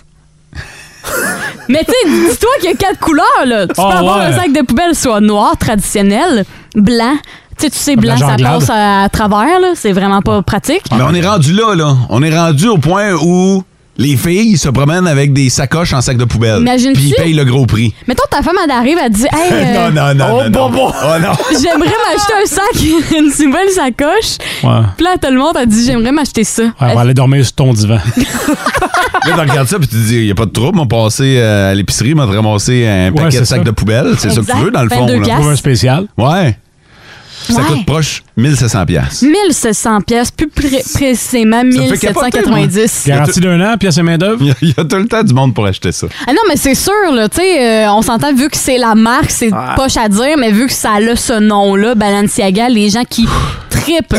Speaker 4: Mais tu sais, dis-toi qu'il y a quatre couleurs, là. Tu peux
Speaker 5: Oh,
Speaker 2: Ah,
Speaker 4: avoir
Speaker 5: ouais.
Speaker 4: un sac de poubelle soit noir, traditionnel, blanc. Tu sais, tu sais,
Speaker 2: Comme la
Speaker 4: blanc, ça
Speaker 2: jonglade.
Speaker 4: passe à, à travers, là. C'est vraiment pas pratique.
Speaker 2: Mais on est rendu là, là. On est rendu au point où les filles se promènent avec des sacoches en sac de poubelle.
Speaker 4: Imagine-tu?
Speaker 2: Puis ils payent le gros prix.
Speaker 4: Mettons, ta femme, elle arrive, elle dit... Hey, euh,
Speaker 2: non, non, non. non, non. Oh, non.
Speaker 4: J'aimerais m'acheter un sac, une si belle sacoche.
Speaker 5: Ouais.
Speaker 4: Puis là, tout le monde a dit J'aimerais m'acheter ça.
Speaker 5: Ouais, on va aller dormir sur ton divan.
Speaker 2: Là, tu regardes ça puis tu te dis, il a pas de trouble, on passé euh, à l'épicerie, m'a ramassé un paquet de
Speaker 5: c'est
Speaker 2: sacs
Speaker 5: ça.
Speaker 2: de poubelle. C'est ça que tu
Speaker 4: Exact,
Speaker 2: veux, dans le fond.
Speaker 4: 22
Speaker 2: là.
Speaker 4: piastres. Trouve un
Speaker 5: spécial.
Speaker 2: Ouais. Ça
Speaker 4: Ouais.
Speaker 2: coûte proche 1700 piastres.
Speaker 4: 1700 pièces, plus pré- précisément
Speaker 2: Ça me fait capoter, moi.
Speaker 4: 1790.
Speaker 5: Garantie d'un an, pièce et main-d'œuvre.
Speaker 2: Il y a- il y a tout le temps du monde pour acheter ça.
Speaker 4: Ah non, mais c'est sûr, là, tu sais, euh, on s'entend, vu que c'est la marque, c'est
Speaker 2: Ah.
Speaker 4: poche à dire, mais vu que ça a ce nom-là, Balenciaga, les gens qui tripent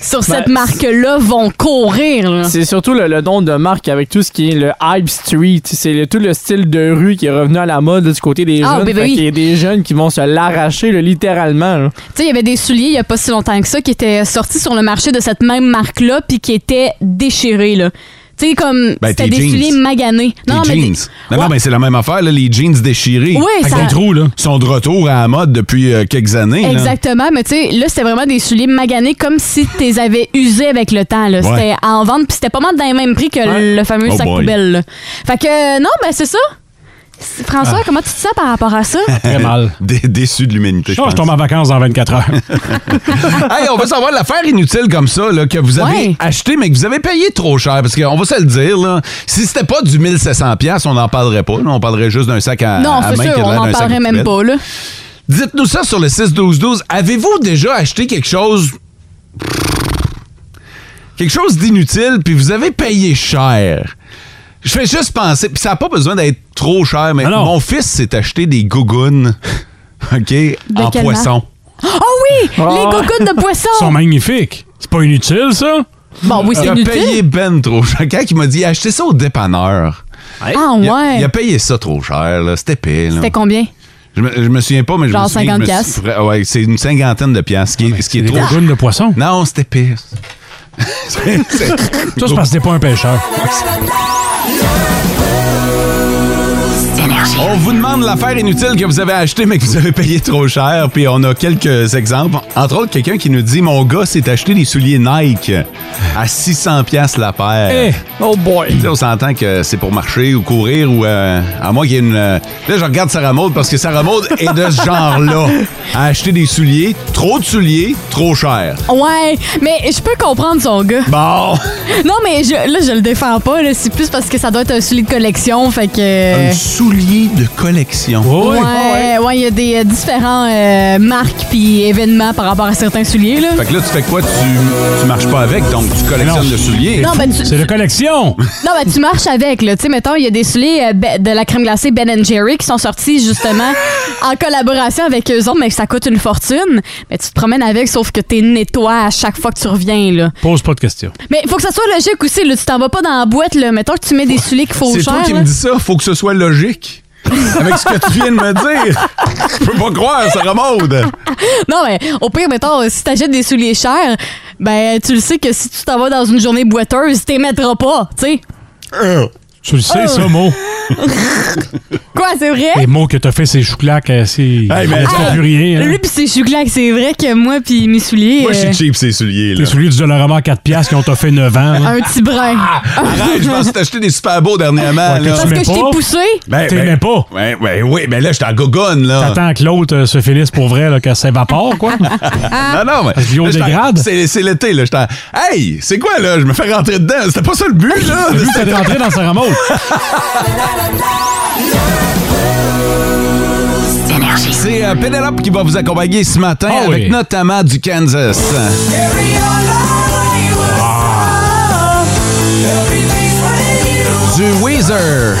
Speaker 4: sur cette
Speaker 3: Ben,
Speaker 4: marque-là vont courir, là.
Speaker 3: C'est surtout le, le don de marque avec tout ce qui est le hype street. C'est le- tout le style de rue qui est revenu à la mode là, du côté des
Speaker 4: Ah,
Speaker 3: jeunes.
Speaker 4: ben
Speaker 3: Fait
Speaker 4: oui.
Speaker 3: qu'il y a des jeunes qui vont se l'arracher là, littéralement. là.
Speaker 4: Tu sais, il y avait des souliers il n'y a pas si longtemps que ça qui étaient sortis sur le marché de cette même marque-là puis qui étaient déchirés, là. Tu sais, comme
Speaker 2: Ben,
Speaker 4: c'était
Speaker 2: tes
Speaker 4: des
Speaker 2: jeans.
Speaker 4: souliers maganés.
Speaker 2: Les
Speaker 4: mais
Speaker 2: jeans. Non, non, mais c'est la même affaire, là, les jeans déchirés.
Speaker 4: Oui,
Speaker 2: Avec
Speaker 4: ça-
Speaker 2: des trous, là. sont de retour à la mode depuis euh, quelques années. là.
Speaker 4: Exactement, mais tu sais, là, c'était vraiment des souliers maganés comme si tu les avais usés avec le temps. là.
Speaker 2: Ouais.
Speaker 4: C'était en vente, puis c'était pas mal dans le même prix que le fameux
Speaker 2: Oh
Speaker 4: sac
Speaker 2: boy.
Speaker 4: poubelle. là. Fait que, euh, non, ben c'est ça. C'est- François,
Speaker 5: Ah.
Speaker 4: comment tu te sens par rapport à ça?
Speaker 5: Très mal.
Speaker 2: déçu de l'humanité.
Speaker 5: Je, pense que je tombe en vacances dans 24 heures.
Speaker 2: hey, on va savoir l'affaire inutile comme ça là, que vous avez acheté mais que vous avez payé trop cher parce qu'on va se le dire là, si c'était pas du 1700 pièces, on n'en parlerait pas, là. on parlerait juste d'un sac à
Speaker 4: non,
Speaker 2: à
Speaker 4: c'est
Speaker 2: main qui
Speaker 4: sûr,
Speaker 2: a
Speaker 4: on
Speaker 2: l'air
Speaker 4: n'en
Speaker 2: d'un sac
Speaker 4: parlerait
Speaker 2: de
Speaker 4: même
Speaker 2: poubelle.
Speaker 4: pas, là.
Speaker 2: Dites-nous ça sur le 6-12-12. Avez-vous déjà acheté quelque chose. quelque chose d'inutile, puis vous avez payé cher? Je fais juste penser, puis ça n'a pas besoin d'être trop cher, mais mon fils s'est acheté des gougounes, OK, en
Speaker 4: quelle
Speaker 2: poisson.
Speaker 4: marque? Oh oui! Les
Speaker 2: Ah.
Speaker 4: cocottes de poisson!
Speaker 5: Ils sont magnifiques. C'est pas inutile, ça?
Speaker 4: Bon, oui, c'est
Speaker 2: Il a
Speaker 4: inutile.
Speaker 2: payé ben trop cher. Quand il m'a dit, achetez ça au dépanneur.
Speaker 4: Ah,
Speaker 2: Il a-
Speaker 4: ouais.
Speaker 2: Il a payé ça trop cher, là. C'était pire, là.
Speaker 4: C'était combien?
Speaker 2: Je me, je me souviens pas, mais je
Speaker 4: Genre
Speaker 2: me souviens.
Speaker 4: 50
Speaker 2: que je me suis- Ouais, c'est une cinquantaine de piastres, ce qui est, ce qui est trop.
Speaker 5: gougounes de poisson?
Speaker 2: Non, c'était pire. C'est- c'est-
Speaker 5: Ça, c'est parce que t'es pas un pêcheur.
Speaker 2: On vous demande l'affaire inutile que vous avez achetée mais que vous avez payé trop cher. Puis on a quelques exemples. Entre autres, quelqu'un qui nous dit Mon gars s'est acheté des souliers Nike à 600$ piastres la paire.
Speaker 5: Eh.
Speaker 3: Oh boy!
Speaker 2: Tu sais, on s'entend que c'est pour marcher ou courir ou euh, à moins qu'il y ait une. euh, Là, je regarde Sarah Maud parce que Sarah Maud est de ce genre-là. À acheter des souliers, trop de souliers, trop cher.
Speaker 4: Ouais, mais je peux comprendre son gars.
Speaker 2: Bon!
Speaker 4: Non, mais je- là, je le défends pas. là. C'est plus parce que ça doit être un soulier de collection, fait que...
Speaker 2: Un Ah soulier de collection.
Speaker 4: Euh. Ouais, ouais, il y a des euh, différents euh, marques puis événements par rapport à certains souliers là.
Speaker 2: Fait que là, tu fais quoi? Tu, tu marches pas avec, donc tu collectionnes le soulier.
Speaker 4: Non, ben, tu- C'est
Speaker 2: de collection!
Speaker 4: Non, ben tu marches avec là, tu sais mettons, il y a des souliers euh, Be- de la crème glacée Ben Jerry qui sont sortis justement en collaboration avec eux autres mais que ça coûte une fortune, mais tu te promènes avec sauf que tu nettoies à chaque fois que tu reviens là.
Speaker 5: Pose pas de questions.
Speaker 4: Mais il faut que ça soit logique aussi là, tu t'en vas pas dans la boîte là, mettons que tu mets des souliers qu'il faut
Speaker 2: C'est
Speaker 4: cher.
Speaker 2: toi qui
Speaker 4: là.
Speaker 2: me dis ça, faut que ce soit logique. Avec ce que tu viens de me dire. Je peux pas croire, Sarah Maud.
Speaker 4: Non, mais au pire, mettons, euh, si t'achètes des souliers chers, ben, tu le sais que si tu t'en vas dans une journée boiteuse, t'es mettras pas, tu sais.
Speaker 5: Tu le sais,
Speaker 4: Ah.
Speaker 5: ça, Mo.
Speaker 4: Quoi, c'est vrai?
Speaker 5: Les mots que t'as fait, c'est chouclac, euh, c'est.
Speaker 2: mais attends.
Speaker 5: rien. hein.
Speaker 4: Lui, pis c'est chouclac, c'est vrai que moi, pis mes souliers.
Speaker 2: hein. Moi, je
Speaker 4: euh,
Speaker 2: suis cheap, ces souliers.
Speaker 5: Les
Speaker 2: Là.
Speaker 5: souliers du Dollarama à 4 piastres qui ont t'offert 9 ans. là.
Speaker 4: euh, Un petit brin.
Speaker 2: Ah, Arrête, je pense que t'as acheté des super beaux dernièrement.
Speaker 5: Ouais, que
Speaker 2: là.
Speaker 5: tu Parce que mets je t'ai pas.
Speaker 4: poussé.
Speaker 2: Ben,
Speaker 5: T'aimais
Speaker 2: ben, pas. Ben, ben oui, mais là, j'étais en gogonne, là.
Speaker 5: T'attends que l'autre euh, se finisse pour vrai, là, que ça évapore, quoi.
Speaker 2: non, non, mais. là, j'étais- C'est c'est l'été, là. J'étais. en- Hey, c'est quoi, là? Je me fais rentrer dedans. C'était pas ça le but, là.
Speaker 5: Le but, c'était de rentrer dans Sarah Maud.
Speaker 2: C'est euh, Pénélope qui va vous accompagner ce matin avec notamment du Kansas. Du Weezer.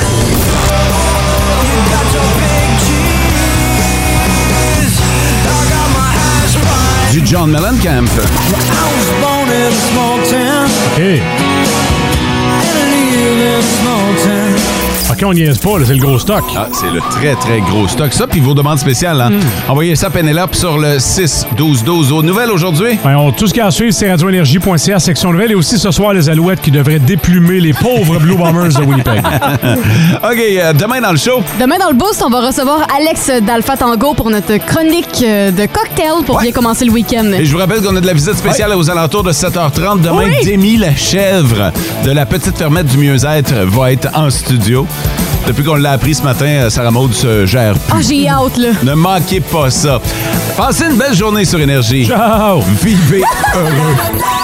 Speaker 2: Du John Mellencamp.
Speaker 5: OK, on niaise pas, là, c'est le gros stock.
Speaker 2: Ah, c'est le très, très gros stock. Ça, puis vos demandes spéciales. Hein? Envoyez ça à Pénélope sur le 6-12-12. Aux nouvelles aujourd'hui?
Speaker 5: Ben, on- tout ce qu'il y a à suivre, c'est radioénergie.ca, section nouvelle, et aussi ce soir, les Alouettes qui devraient déplumer les pauvres Blue Bombers de Winnipeg.
Speaker 2: OK, euh, demain dans le show.
Speaker 4: Demain dans le boost, on va recevoir Alex d'Alpha Tango pour notre chronique euh, de cocktail pour bien commencer le week-end.
Speaker 2: Et je vous rappelle qu'on a de la visite spéciale aux alentours de 7h30. Demain, Demi la chèvre de la petite fermette du mieux-être va être en studio. Depuis qu'on l'a appris ce matin, euh, Sarah Maud se gère plus.
Speaker 4: Ah, j'ai hâte, là.
Speaker 2: Ne manquez pas ça. Passez une belle journée sur Énergie. Ciao! Vivez heureux.